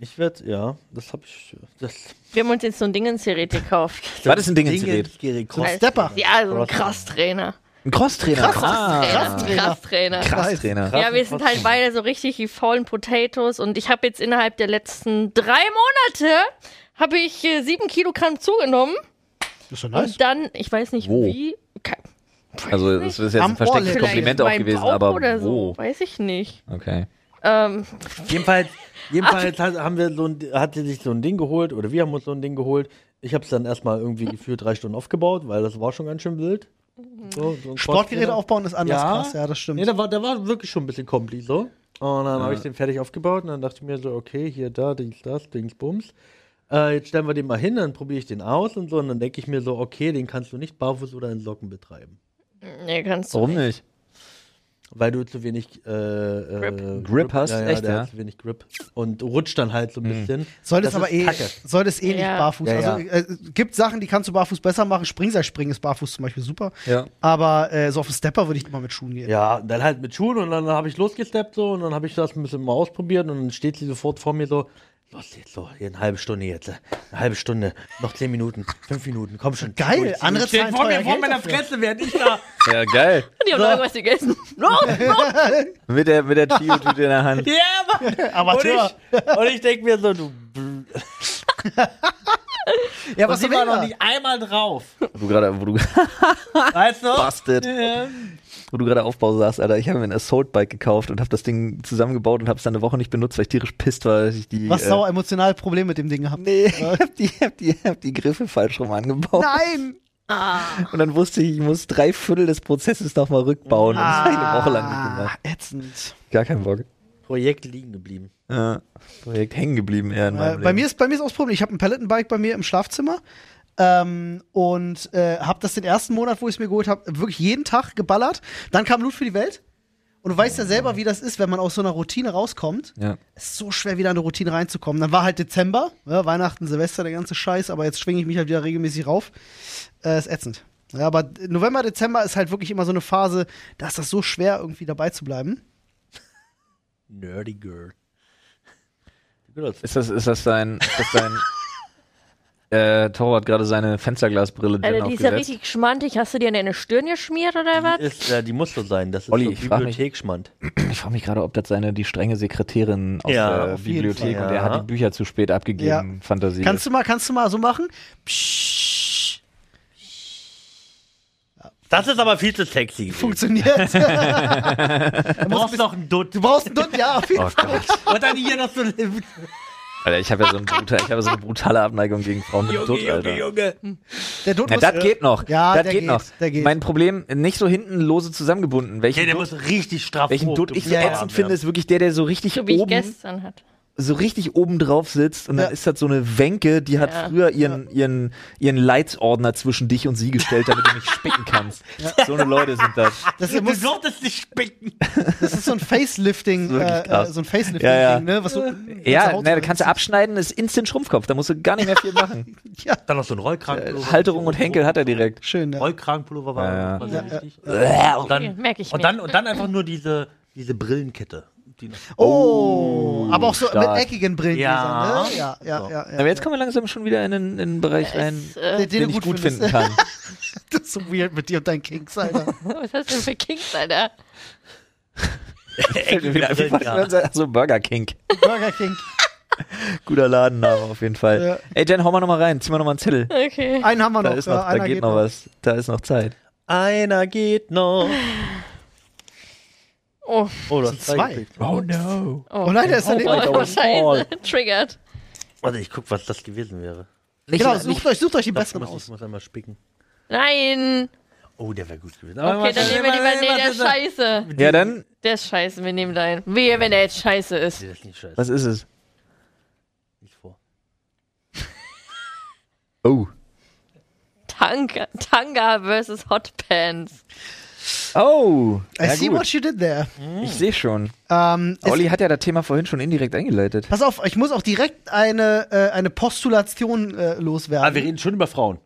Ich werde, ja, das habe ich. Das Wir haben uns jetzt so ein Dingensgerät gekauft. Was ist ein Ding ins Gerät? Gerät. Ein Stepper. Ja, so ein Krass-Trainer. Ein Crosstrainer. Ah. Krass-Trainer. Krass-Trainer. Krass-Trainer. Krass-Trainer. Ja, wir sind halt beide so richtig die faulen Potatoes und ich habe jetzt innerhalb der letzten drei Monate habe ich äh, sieben Kilogramm zugenommen Ist schon nice. und dann, ich weiß nicht Wo? wie, ke- Also es ist jetzt Am ein verstecktes Ohrläppchen. Kompliment auch mein gewesen, Bauch aber oder wo? so, weiß ich nicht. Okay. Ähm, Jedenfalls, jedenfalls hat, haben wir so ein, hat sie sich so ein Ding geholt oder wir haben uns so ein Ding geholt. Ich habe es dann erstmal irgendwie gefühlt drei Stunden aufgebaut, weil das war schon ganz schön wild. So, so ein Sportgeräte Crosstrainer. aufbauen ist anders Ja. krass, ja, das stimmt. Nee, da war, da war wirklich schon ein bisschen Kompli so. Und dann habe ich den fertig aufgebaut und dann dachte ich mir so, okay, hier, da, dies, das, Dings, Bums. Äh, jetzt stellen wir den mal hin, dann probiere ich den aus und so. Und dann denke ich mir so, okay, den kannst du nicht barfuß oder in Socken betreiben. nee, kannst du. Warum nicht? Weil du zu wenig äh, äh, Grip hast? ja, ja, Echt, der ja? Mhm. Hat zu wenig Grip. Und rutscht dann halt so ein bisschen. Soll das es aber ist eh, Kacke. soll es eh nicht Ja. barfuß. Ja, Also äh, gibt Sachen, die kannst du barfuß besser machen. Springseilspringen ist barfuß zum Beispiel super. Ja. Aber äh, so auf den Stepper würde ich immer mit Schuhen gehen. Ja, und dann halt mit Schuhen und dann habe ich losgesteppt so und dann habe ich das ein bisschen mal ausprobiert und dann steht sie sofort vor mir so, los jetzt so, hier eine halbe Stunde jetzt, eine halbe Stunde, noch zehn Minuten, fünf Minuten, komm schon. Geil, andere zahlen teuer Geld dafür. Fresse wäre ich da. Ja, geil. Die haben noch irgendwas gegessen. No, no. Mit der, mit der Chio-Tüte in der Hand. Ja, Mann. Amateur. Und ich, und ich denke mir so, du. Bl- Ja, Und was sie will war noch er? nicht einmal drauf. Wo du gerade, wo du Weißt du? Bastard. Ja. wo du gerade Aufbau saßt, Alter. Ich habe mir ein Assault-Bike gekauft und habe das Ding zusammengebaut und habe es dann eine Woche nicht benutzt, weil ich tierisch pisst war, dass ich die. Was äh, sauer emotional Problem mit dem Ding gehabt. Oh. Nee, ich hab die, hab die, hab die Griffe falsch rum angebaut. Nein! Und dann wusste ich, ich muss drei Viertel des Prozesses nochmal rückbauen. Und das habe ich eine Woche lang Ah. nicht gemacht. ätzend. Gar keinen Bock. Projekt liegen geblieben. Ja. Projekt äh, hängen geblieben eher in Äh, meinem bei, mir Leben. ist, bei mir ist auch das Problem. Ich habe ein Palettenbike bei mir im Schlafzimmer ähm, und äh, habe das den ersten Monat, wo ich es mir geholt habe, wirklich jeden Tag geballert. Dann kam Loot für die Welt. Und du weißt ja selber, wie das ist, wenn man aus so einer Routine rauskommt. Ja. Es ist so schwer, wieder in eine Routine reinzukommen. Dann war halt Dezember, ja, Weihnachten, Silvester, der ganze Scheiß, aber jetzt schwinge ich mich halt wieder regelmäßig rauf. Äh, ist ätzend. Ja, aber November, Dezember ist halt wirklich immer so eine Phase, da ist das so schwer, irgendwie dabei zu bleiben. Nerdy Girl. Ist das, ist das dein, ist das dein, äh, Toro hat gerade seine Fensterglasbrille drin Alter, Äh, die ist ja aufgesetzt. richtig schmantig. Hast du dir in deine Stirn geschmiert oder was? Ist, äh, die muss so sein. Das ist Olli, so ich frag mich- Bibliothekschmand. Ich frage mich gerade, ob das seine, die strenge Sekretärin aus Ja, der auf jeden Bibliothek Fall. und er Ja. hat die Bücher zu spät abgegeben, Fantasie. Kannst du mal, kannst du mal so machen? Psch. Das ist aber viel zu sexy. funktioniert. du Du brauchst noch einen Dutt. brauchst einen Dutt, ja, auf jeden Oh Fall. Gott. Und dann hier noch so eine Alter, ich habe ja, so ein brutal, ich hab ja so eine brutale Abneigung gegen Frauen mit Dutt, Alter. Junge. Der Dutt Na, muss- das geht noch. Ja, das der geht, geht, noch. der geht. Mein Problem, nicht so hinten lose zusammengebunden. Welchen, Okay, der muss Dutt, richtig straff welchen Dutt ich so Ja, ja. ätzend finde, ist wirklich der, der so richtig So wie ich oben, gestern hatte. so richtig oben drauf sitzt und Ja. dann ist das so eine Wenke, die hat Ja. früher ihren, ihren, ihren Leitsordner zwischen dich und sie gestellt, damit du nicht spicken kannst. So eine Leute sind das. Das, Du muss, solltest nicht spicken. das ist so ein Facelifting, wirklich äh, äh, krass. so ein Facelifting-Ding, Ja, ja. ne? Was so, Ja, ne, da kannst du abschneiden, ist instant Schrumpfkopf, da musst du gar nicht mehr viel machen. Dann noch so ein Rollkragenpullover. Äh, Halterung und Henkel hat er direkt. Schön, ne? Rollkragenpullover war Ja, das ja. mal so Ja, richtig. Äh, Und Okay, dann, merk ich und mir. dann, und dann einfach nur diese, diese Brillenkette. Die noch- Oh, aber auch so stark. mit eckigen Brillen. Ja. Ne? Ja, ja, ja, ja. Aber jetzt kommen wir langsam schon wieder in den, in den Bereich rein, Es, äh, Den den du ich gut findest. finden kann. Das ist so weird mit dir und deinen Kinks, Alter. was hast du denn für Kings, Alter? Fällt mir wieder einfach Brillen, ja. so Burger King. Burger King. Guter Ladenname auf jeden Fall. Ja. Ey, Jen, hau mal nochmal rein. Zieh mal nochmal einen Zettel. Okay. Einen haben wir Da, noch. ist ja, noch, da einer geht, noch was. Da ist noch Zeit. Einer geht noch. Oh, Oh, das sind zwei. Oh no. Oh nein, der ist daneben. Oh, oh Paul. scheiße. Triggered. Warte, ich guck, was das gewesen wäre. genau, sucht euch, sucht euch die Das besseren muss, ich aus. muss einmal spicken. Nein. Oh, der wäre gut gewesen. Okay, dann nehmen wir lieber. Nee, der ist scheiße. Ja, dann, Der ist scheiße, wir nehmen deinen. Wehe, wenn der jetzt scheiße ist. Das ist nicht scheiße. was ist es? Nicht vor. Oh. Tanga, Tanga versus Hot Pants. Oh. I Ja, see gut. what you did there. Ich sehe schon. Ähm, es, Olli hat ja das Thema vorhin schon indirekt eingeleitet. pass auf, ich muss auch direkt eine, äh, eine Postulation äh, Ah, wir loswerden. reden schon über Frauen.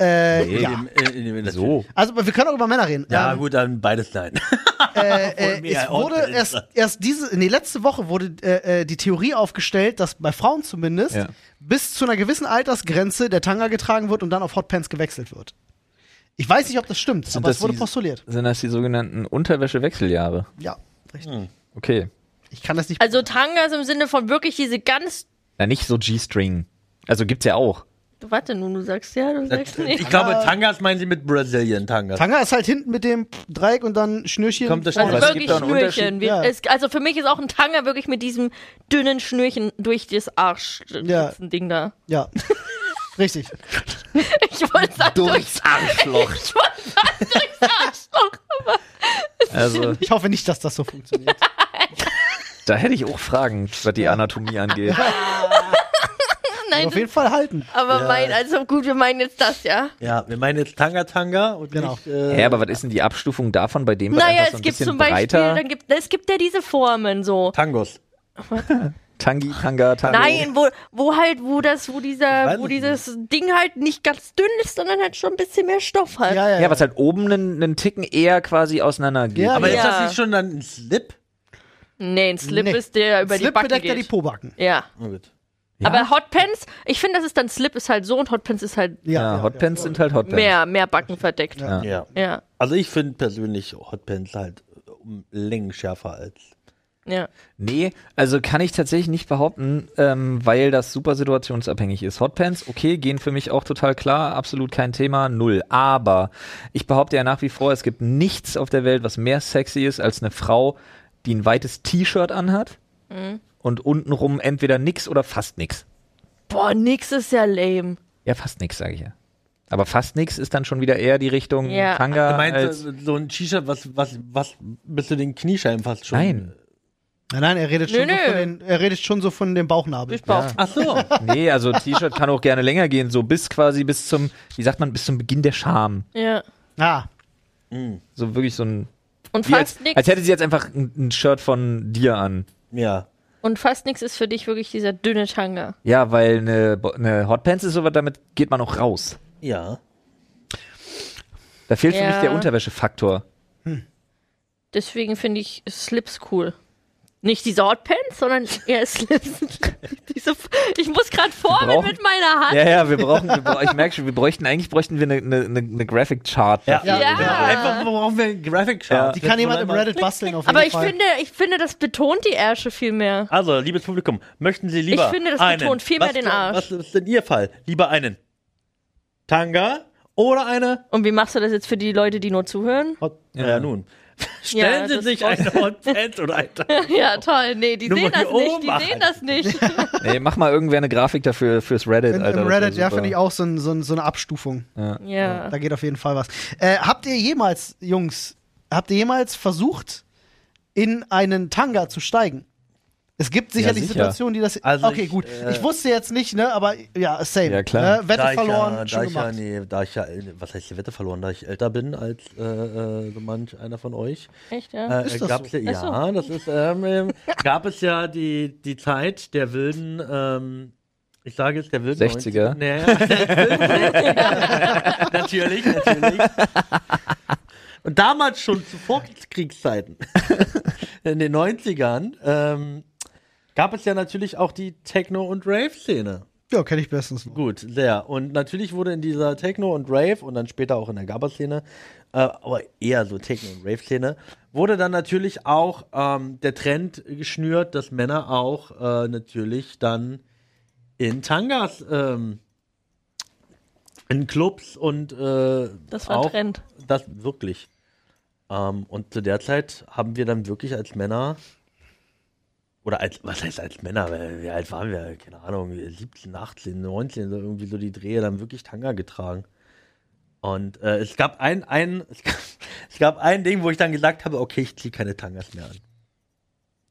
äh, In ja. dem- in- in dem- So. Also wir können auch über Männer reden. Ja, Ähm, gut, dann beides nein. äh, Von äh, mir es auch wurde drin. erst, erst diese, nee, letzte Woche wurde äh, äh, die Theorie aufgestellt, dass bei Frauen zumindest Ja. bis zu einer gewissen Altersgrenze der Tanga getragen wird und dann auf Hotpants gewechselt wird. Ich weiß nicht, ob das stimmt, aber es das wurde die- postuliert. Sind das die sogenannten Unterwäschewechseljahre? Ja, richtig. Okay. Ich kann das nicht. Also Tangas im Sinne von wirklich diese ganz. Na, nicht so G-String. Also gibt's ja auch. Warte nun, du sagst ja, du Das, sagst ich nicht. glaube, Tangas meinen sie mit Brazilian Tangas. Tanga ist halt hinten mit dem Dreieck und dann Schnürchen. Kommt das Also Aber es wirklich gibt da einen Schnürchen. Unterschied. Wir, Ja. es, also für mich ist auch ein Tanga wirklich mit diesem dünnen Schnürchen durch das Arsch. Ja. Ja. Ding da. Ja. richtig. Ich wollte sagen, durchs Arschloch. Ich wollte sagen, durchs Arschloch. Aber Also, Ich hoffe nicht, dass das so funktioniert. da hätte ich auch Fragen, was die Anatomie angeht. nein, Auf jeden Fall halten. das, aber mein, also gut, wir meinen jetzt das, ja. Ja, wir meinen jetzt Tanga Tanga und Genau. nicht, äh, Hä, aber was ist denn die Abstufung davon bei dem, was naja, einfach so es ein gibt bisschen zum Beispiel, breiter? dann gibt, es gibt ja diese Formen so. Tangos. Tangi, Tanga, Tango. Nein, wo, wo halt, wo das, wo Ich dieser, weiß wo es dieses Ding halt nicht ganz dünn ist, sondern halt schon ein bisschen mehr Stoff hat. ja, Ja, was halt oben einen, einen Ticken eher quasi auseinander geht. Ja, Aber Ja. ist das nicht schon dann ein Slip? Nee, ein Slip Nee. ist der über die Slip Backe bedeckt ja geht. die Pobacken. ja. Oh, gut. aber Hotpants, ich finde, das ist dann Slip ist halt so und Hotpants ist halt ja, Hotpants sind halt Hotpants. mehr, mehr Backen verdeckt. Ja. Ja. ja, Also ich finde persönlich Hotpants halt um Längen schärfer als. Nee, also kann ich tatsächlich nicht behaupten, ähm, weil das super situationsabhängig ist. Hotpants, okay, gehen für mich auch total klar, absolut kein Thema, null. Aber ich behaupte ja nach wie vor, es gibt nichts auf der Welt, was mehr sexy ist als eine Frau, die ein weites T-Shirt anhat und untenrum entweder nix oder fast nix. Boah, nix ist ja lame. Ja, fast nix, sage ich ja. Aber fast nix ist dann schon wieder eher die Richtung Ja. Tanga Du meinst als... äh, so ein T-Shirt, was, was, was bis zu den Kniescheiben fast schon. Nein. Nein, nein, er redet, schon Nö, so nö. von den, er redet schon so von dem Bauchnabel. Ich brauch Ach so. Nee, also T-Shirt kann auch gerne länger gehen, so bis quasi bis zum, wie sagt man, bis zum Beginn der Scham. Ja. Ah, So wirklich so ein Und Wie als, fast nix. als hätte sie jetzt einfach ein, ein Shirt von dir an. ja. Und fast nix ist für dich wirklich dieser dünne Tanga. Ja, weil eine, Bo- eine Hotpants ist sowas, damit geht man auch raus. Ja. Da fehlt für Ja. mich der Unterwäschefaktor. Deswegen finde ich Slips cool. Nicht diese Hotpants, sondern eher Slips. diese, ich muss gerade formen brauchen- mit meiner Hand. Ja, ja, wir brauchen, wir brauchen ich merke schon, wir bräuchten, eigentlich bräuchten wir eine, eine, eine, eine Graphic Chart. dafür. Ja. Einfach, worauf wir einen Graphic schauen. die kann jemand im Reddit basteln auf jeden Aber ich Fall. finde, ich finde, das betont die Ärsche viel mehr. Also, liebes Publikum, möchten Sie lieber. Ich finde, das einen, betont viel mehr was, den Arsch. Was ist denn Ihr Fall? Lieber einen Tanga oder eine. Und wie machst du das jetzt für die Leute, die nur zuhören? Hot ja. nun. Ja, Stellen Sie das sich braucht- eine Hotpants oder ein Tanga. Ja, toll. Nee, die Nur sehen mal hier das nicht. oben Die sehen machen. das nicht. Ey, mach mal irgendwer eine Grafik dafür fürs Reddit, Im, Alter. Im das wär Reddit, ja, super. finde ich auch so, ein, so, ein, so eine Abstufung. Ja. Da geht auf jeden Fall was. Äh, habt ihr jemals, Jungs, habt ihr jemals versucht, in einen Tanga zu steigen? Es gibt sicherlich sicher. Situationen, die das. Also okay, ich, gut. äh, ich wusste jetzt nicht, ne? Aber ja, same. Ja, klar. Ne? Wette da ich verloren, ja, schon da ich ja, gemacht. nee, da ich ja, was heißt die Wette verloren, da ich älter bin als äh, äh, so manch einer von euch, Echt, ja. äh, Ist äh, das gab's so? ja, Ach so. ja, das ist, ähm, ähm, gab es ja die, die Zeit der wilden, ähm, ich sage jetzt der wilden 60er. 90er. Nee, der wilden 60er. natürlich, natürlich. Und damals schon zu Vorkriegszeiten, in den 90ern, ähm, gab es ja natürlich auch die Techno- und Rave-Szene. Ja, kenne ich bestens. noch. Gut, sehr. Und natürlich wurde in dieser Techno- und Rave und dann später auch in der Gabba-Szene, äh, aber eher so Techno- und Rave-Szene, wurde dann natürlich auch ähm, der Trend geschnürt, dass Männer auch äh, natürlich dann in Tangas, ähm, in Clubs und äh, Das war ein auch- Trend. Das wirklich. Ähm, und zu der Zeit haben wir dann wirklich als Männer oder als, was heißt als Männer, Weil wie alt waren wir? Keine Ahnung, 17, 18, 19, so irgendwie so die Drehe, dann wirklich Tanga getragen. Und äh, es gab ein, ein, es gab, es gab ein Ding, wo ich dann gesagt habe, okay, ich ziehe keine Tangas mehr an.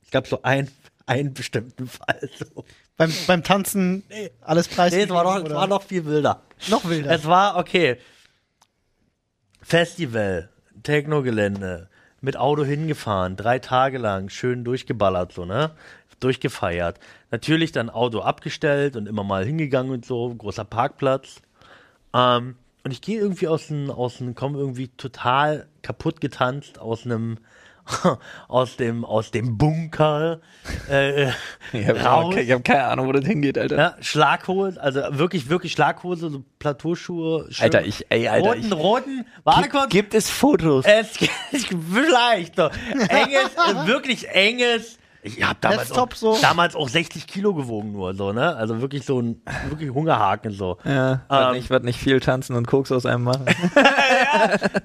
Es gab so ein, einen bestimmten Fall. So. Beim, beim Tanzen alles Nee, preisgegeben? es war, noch, es oder? war noch viel wilder. noch wilder. Es war, okay. Festival, Techno-Gelände, mit Auto hingefahren, drei Tage lang, schön durchgeballert, so, ne? Durchgefeiert. Natürlich dann Auto abgestellt und immer mal hingegangen und so, großer Parkplatz. Ähm, und ich gehe irgendwie aus dem, aus dem, komme irgendwie total kaputt getanzt aus einem, aus dem, aus dem Bunker, äh, Ich habe raus. hab keine Ahnung, wo das hingeht, Alter. Ja, Ne? Schlaghose, also wirklich, wirklich Schlaghose, so Plateauschuhe. schön- Alter, ich- ey, Alter, Roten, ich- roten, warte kurz. Äh, Gibt es Fotos? Es gibt vielleicht doch. Enges, äh, wirklich enges. Ich hab damals, Desktop auch, so. damals auch 60 Kilo gewogen nur, so, ne? Also wirklich so ein, wirklich Hungerhaken, so. Ja, Ähm, wird nicht, wird nicht viel tanzen und Koks aus einem machen.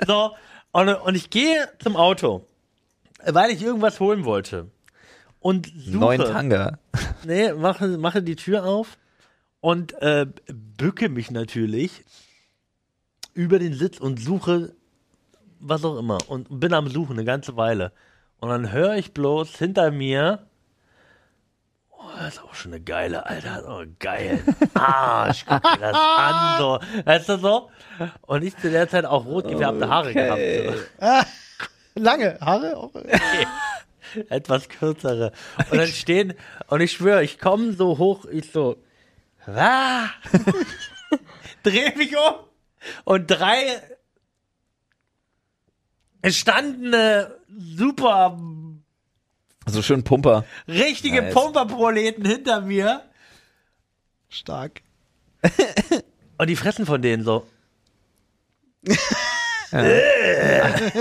So, und, und ich gehe zum Auto, weil ich irgendwas holen wollte. Und suche. Neun Tanga. Nee, mache, mache die Tür auf und äh, bücke mich natürlich über den Sitz und suche was auch immer und bin am Suchen eine ganze Weile. Und dann höre ich bloß hinter mir, oh, das ist auch schon eine geile, Alter, oh, geil. Arsch, guck dir das an, so. Weißt du so? Und ich zu der Zeit auch rot gefärbte Haare gehabt. So. Lange Haare? Auch, äh, etwas kürzere. Und dann stehen, und ich schwöre, ich komme so hoch, ich so, ah, dreh mich um und drei gestandene, super, So schön Pumper. richtige Nice. Pumperproleten hinter mir. stark. Und die fressen von denen so.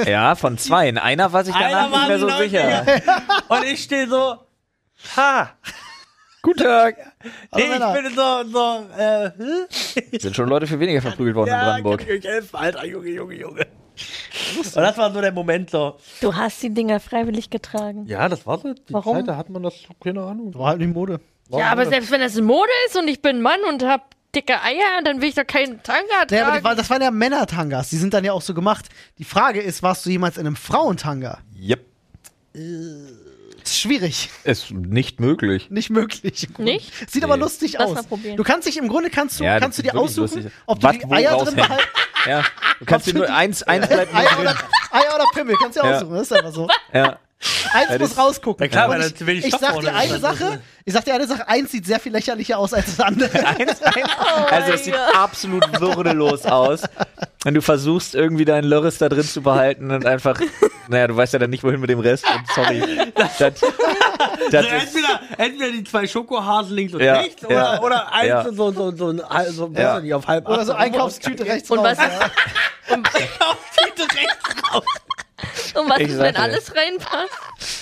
Ja, von zweien. Einer war sich danach Einer war nicht mehr so sich noch sicher. Und ich stehe so, ha. Guten Tag. Nee, Männer. ich bin so, so, äh, hm? Sind schon Leute für weniger verprügelt worden in Brandenburg. kann genau. ich euch helfen, Alter, Junge, Junge, Junge. Und das war so der Moment so. Du hast die Dinger freiwillig getragen. Ja, das war so. Die Warum? Zeit, da hat man das, keine Ahnung. War halt nicht Mode. Ja, aber selbst wenn das in Mode ist und ich bin Mann und hab dicke Eier, dann will ich doch keinen Tanga tragen. Naja, aber die, waren- das waren ja Männer-Tangas. Die sind dann ja auch so gemacht. Die Frage ist, warst du jemals in einem Frauentanga? Yep. Ist schwierig. Ist nicht möglich. Nicht möglich. Im Grunde. Nicht? Sieht aber Nee. lustig Lass aus. mal probieren. Du kannst dich im Grunde kannst du, Ja, das kannst du ist dir wirklich aussuchen, lustig. ob du Was die wo Eier drin raushängt. behalten. Ja, du kannst dir du nur die- eins, eins bleibt nur Eier drin. oder, Eier oder Pimmel, kannst du ja Ja. aussuchen, das ist einfach so. Ja. Eins muss ist- rausgucken. Na klar, Und weil ich, dann zu wenig ich Stoff sag vorne dir ist, eine dann- ne? Sache, ich sag dir eine Sache, eins sieht sehr viel lächerlicher aus als das andere. Eins, eins. Also es sieht Oh, absolut würdelos aus, wenn du versuchst, irgendwie deinen Lörres da drin zu behalten und einfach, naja, du weißt ja dann nicht, wohin mit dem Rest. Und sorry. Das, das ist, Also entweder, entweder die zwei Schokohasen links und Ja, rechts ja, oder, oder eins ja. und so, so, so, so, ein- so Ja. weiß ich nicht, auf halb Oder so acht. Einkaufstüte rechts Und raus. was ja. Einkaufstüte rechts raus. und was Ich ist, sag wenn dir. alles reinpasst?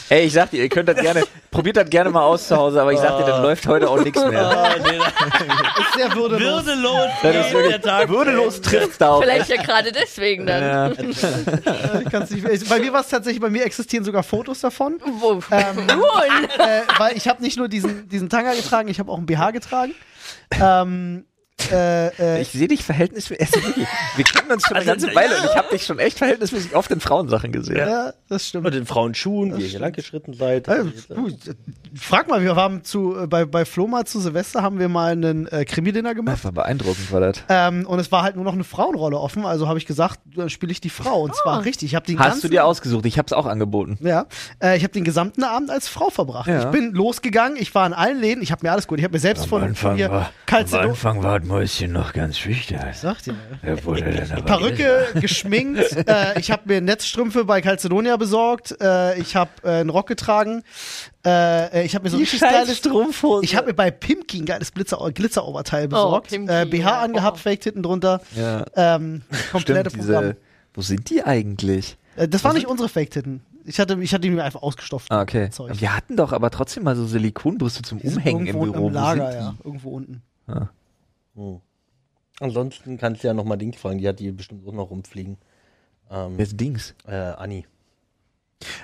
ey, ich sag dir, ihr könnt das gerne, probiert das gerne mal aus zu Hause, aber ich sag dir, Oh. dann läuft heute auch nichts mehr. Oh, nee, Ist sehr würdelos. Würdelos. Das ist wirklich, würdelos trifft's da auch. Vielleicht ja gerade deswegen dann. Ja. Ich kann's nicht, ich, bei mir war es tatsächlich, bei mir existieren sogar Fotos davon. Wo- Nun, äh, weil ich habe nicht nur diesen, diesen Tanga getragen, ich habe auch einen BH getragen. Ähm, äh, äh, Ich sehe dich verhältnismäßig. also wirklich, Wir kennen uns schon eine ganze Weile und ich habe dich schon echt verhältnismäßig oft in Frauensachen gesehen. ja, das stimmt. Mit den Frauenschuhen, die ihr hier lang geschritten seid. Also, Äh, du, frag mal, wir haben zu, äh, bei, bei Floma zu Silvester haben wir mal einen äh, Krimi-Dinner gemacht. Das war beeindruckend, war das. Ähm, und es war halt nur noch eine Frauenrolle offen, also habe ich gesagt, dann spiele ich die Frau. Und zwar richtig. Ich habe den Hast ganzen du dir ausgesucht? Ich habe es auch angeboten. Ja, äh, ich habe den gesamten Abend als Frau verbracht. Ja. Ich bin losgegangen, ich war in allen Läden, ich habe mir alles gut, ich habe mir selbst von, von hier Calcedon, war das Mäuschen noch ganz schüchtern. sagt ihr, Er wurde dann aber Perücke geschminkt, äh, ich habe mir Netzstrümpfe bei Calcedonia besorgt, äh, ich habe äh, einen Rock getragen, äh, äh, ich habe mir so ein richtig geiles Strumpfhose. ich habe mir bei Pimkin ein geiles Blitzer Glitzeroberteil besorgt, Oh, Pimkin, äh, BH ja. Oh. angehabt, Fake Titten drunter, Ja. ähm, komplette Stimmt, Programm. diese, wo sind die eigentlich? Äh, das waren nicht unsere Fake Titten. Ich hatte, ich hatte die mir einfach ausgestopft. Ah, okay. Zeug. Wir hatten doch aber trotzdem mal so Silikonbrüste zum Die sind Umhängen im irgendwo unten Büro. Im Wo Lager, sind die? Mhm. ja, irgendwo unten. Ansonsten kannst du ja nochmal Ding fragen, die hat die bestimmt auch noch rumfliegen. Ähm, Wer ist Dings? äh, Anni.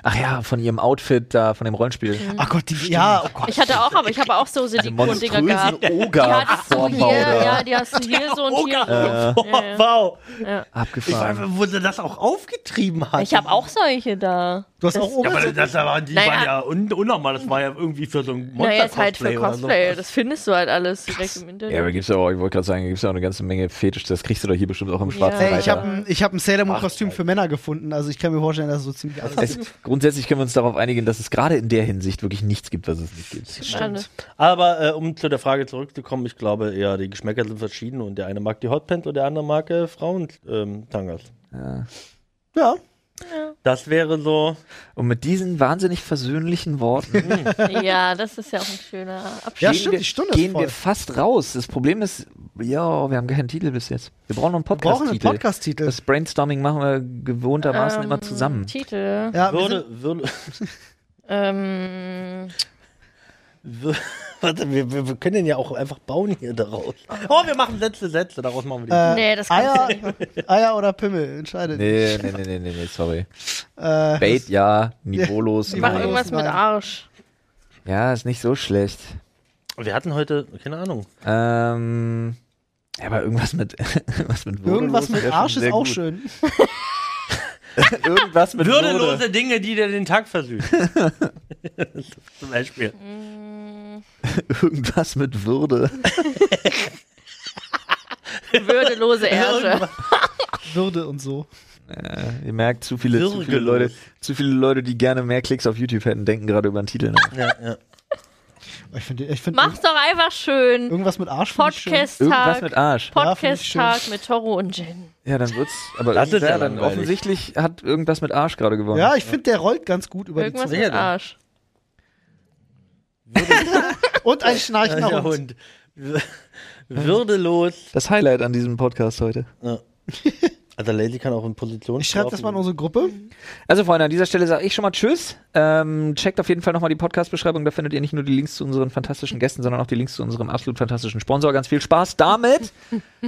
Ach ja, von ihrem Outfit da, von dem Rollenspiel. Ach Gott, die, ja, oh Gott. Ich hatte auch, aber ich habe auch so Silikondinger gehabt. Die hattest du Oger-Vorbau hier, da. ja, die hast du hier so und hier. Oga, ja. wow. Ich weiß, Abgefahren. wo sie das auch aufgetrieben hat. Ich habe auch solche da. Du hast auch Ja, oben. aber das war, die Naja. waren ja un unnormal. Das war ja irgendwie für so ein monster Naja, ist halt für Cosplay oder Cosplay. So. Das findest du halt alles direkt im Ja, Internet. aber gibt's auch, ich wollte gerade sagen, da gibt's auch eine ganze Menge Fetisch. Das kriegst du doch hier bestimmt auch im schwarzen Ey, Ey, ich Reiter. habe ein, ich hab ein Sailor Moon Kostüm für Männer gefunden, also ich kann mir vorstellen, dass es so ziemlich alles es, grundsätzlich können wir uns darauf einigen, dass es gerade in der Hinsicht wirklich nichts gibt, was es nicht gibt. Schande. Aber äh, um zu der Frage zurückzukommen, ich glaube, ja, die Geschmäcker sind verschieden und der eine mag die Hotpants und der andere mag äh, Frauen-Tangas. Ja. das wäre so. Und mit diesen wahnsinnig versöhnlichen Worten Ja, das ist ja auch ein schöner Abschluss. Ja, gehen stimmt, wir, die Stunde ist gehen voll. wir fast raus. Das Problem ist, ja, wir haben keinen Titel bis jetzt. Wir brauchen noch einen brauchen einen Podcast-Titel. Podcast-Titel. Ähm, Das Brainstorming machen wir gewohntermaßen immer zusammen. Titel. Ja, wir Würde, sind, würde, Ähm, wür- Warte, wir, wir, wir können den ja auch einfach bauen hier daraus. Oh, wir machen letzte Sätze, daraus machen wir die. äh, nee, das kannst Eier, du nicht machen. Eier oder Pimmel, entscheidet. Nee, nee, nee, nee, nee, nee, sorry. Äh, Bait, ja, niveaulos. Ja, Mach nee, niveaulos. irgendwas mit nein. Arsch. Ja, ist nicht so schlecht. Wir hatten heute, keine Ahnung. Ähm, ja, aber irgendwas mit, irgendwas mit Würde irgendwas los mit wär Arsch ist schon sehr auch gut. schön. Irgendwas mit Würde. Würdelose Dinge, die dir den Tag versüßen. Zum Beispiel. Irgendwas mit Würde. Würdelose Ärsche. Würde und so. Ihr merkt, zu viele, zu viele Würgelos. Leute, zu viele Leute, die gerne mehr Klicks auf YouTube hätten, denken gerade über den Titel nach. Ja, ja. Ich finde ich find Mach's doch einfach schön. irgendwas mit Arsch find ich schön. Irgendwas Podcast-Tag. mit Arsch. Ja, find ich schön. Podcast-Tag mit Toro und Jin. Ja, dann wird's. Aber Das ist ja, ja dann langweilig. offensichtlich hat irgendwas mit Arsch gerade gewonnen. Ja, ich finde, der rollt ganz gut über Irgendwas die mit Arsch. Zunge. Und ein schnarchender Alter Hund. Hund. Würdelos. Das Highlight an diesem Podcast heute. Also Lady kann auch in Position Ich schreibe das mal in unsere Gruppe. Also Freunde, an dieser Stelle sage ich schon mal Tschüss. Ähm, checkt auf jeden Fall nochmal die Podcast-Beschreibung. Da findet ihr nicht nur die Links zu unseren fantastischen Gästen, sondern auch die Links zu unserem absolut fantastischen Sponsor. Ganz viel Spaß damit.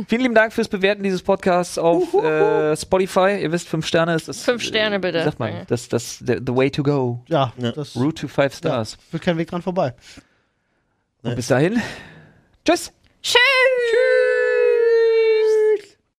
Vielen lieben Dank fürs Bewerten dieses Podcasts auf äh, Spotify. Ihr wisst, fünf Sterne ist das. Fünf Sterne, bitte. Äh, sagt Ja. man, das, das, the, the way to go. Ja, das Route to five stars. wird kein Weg dran vorbei. Und bis dahin. Tschüss.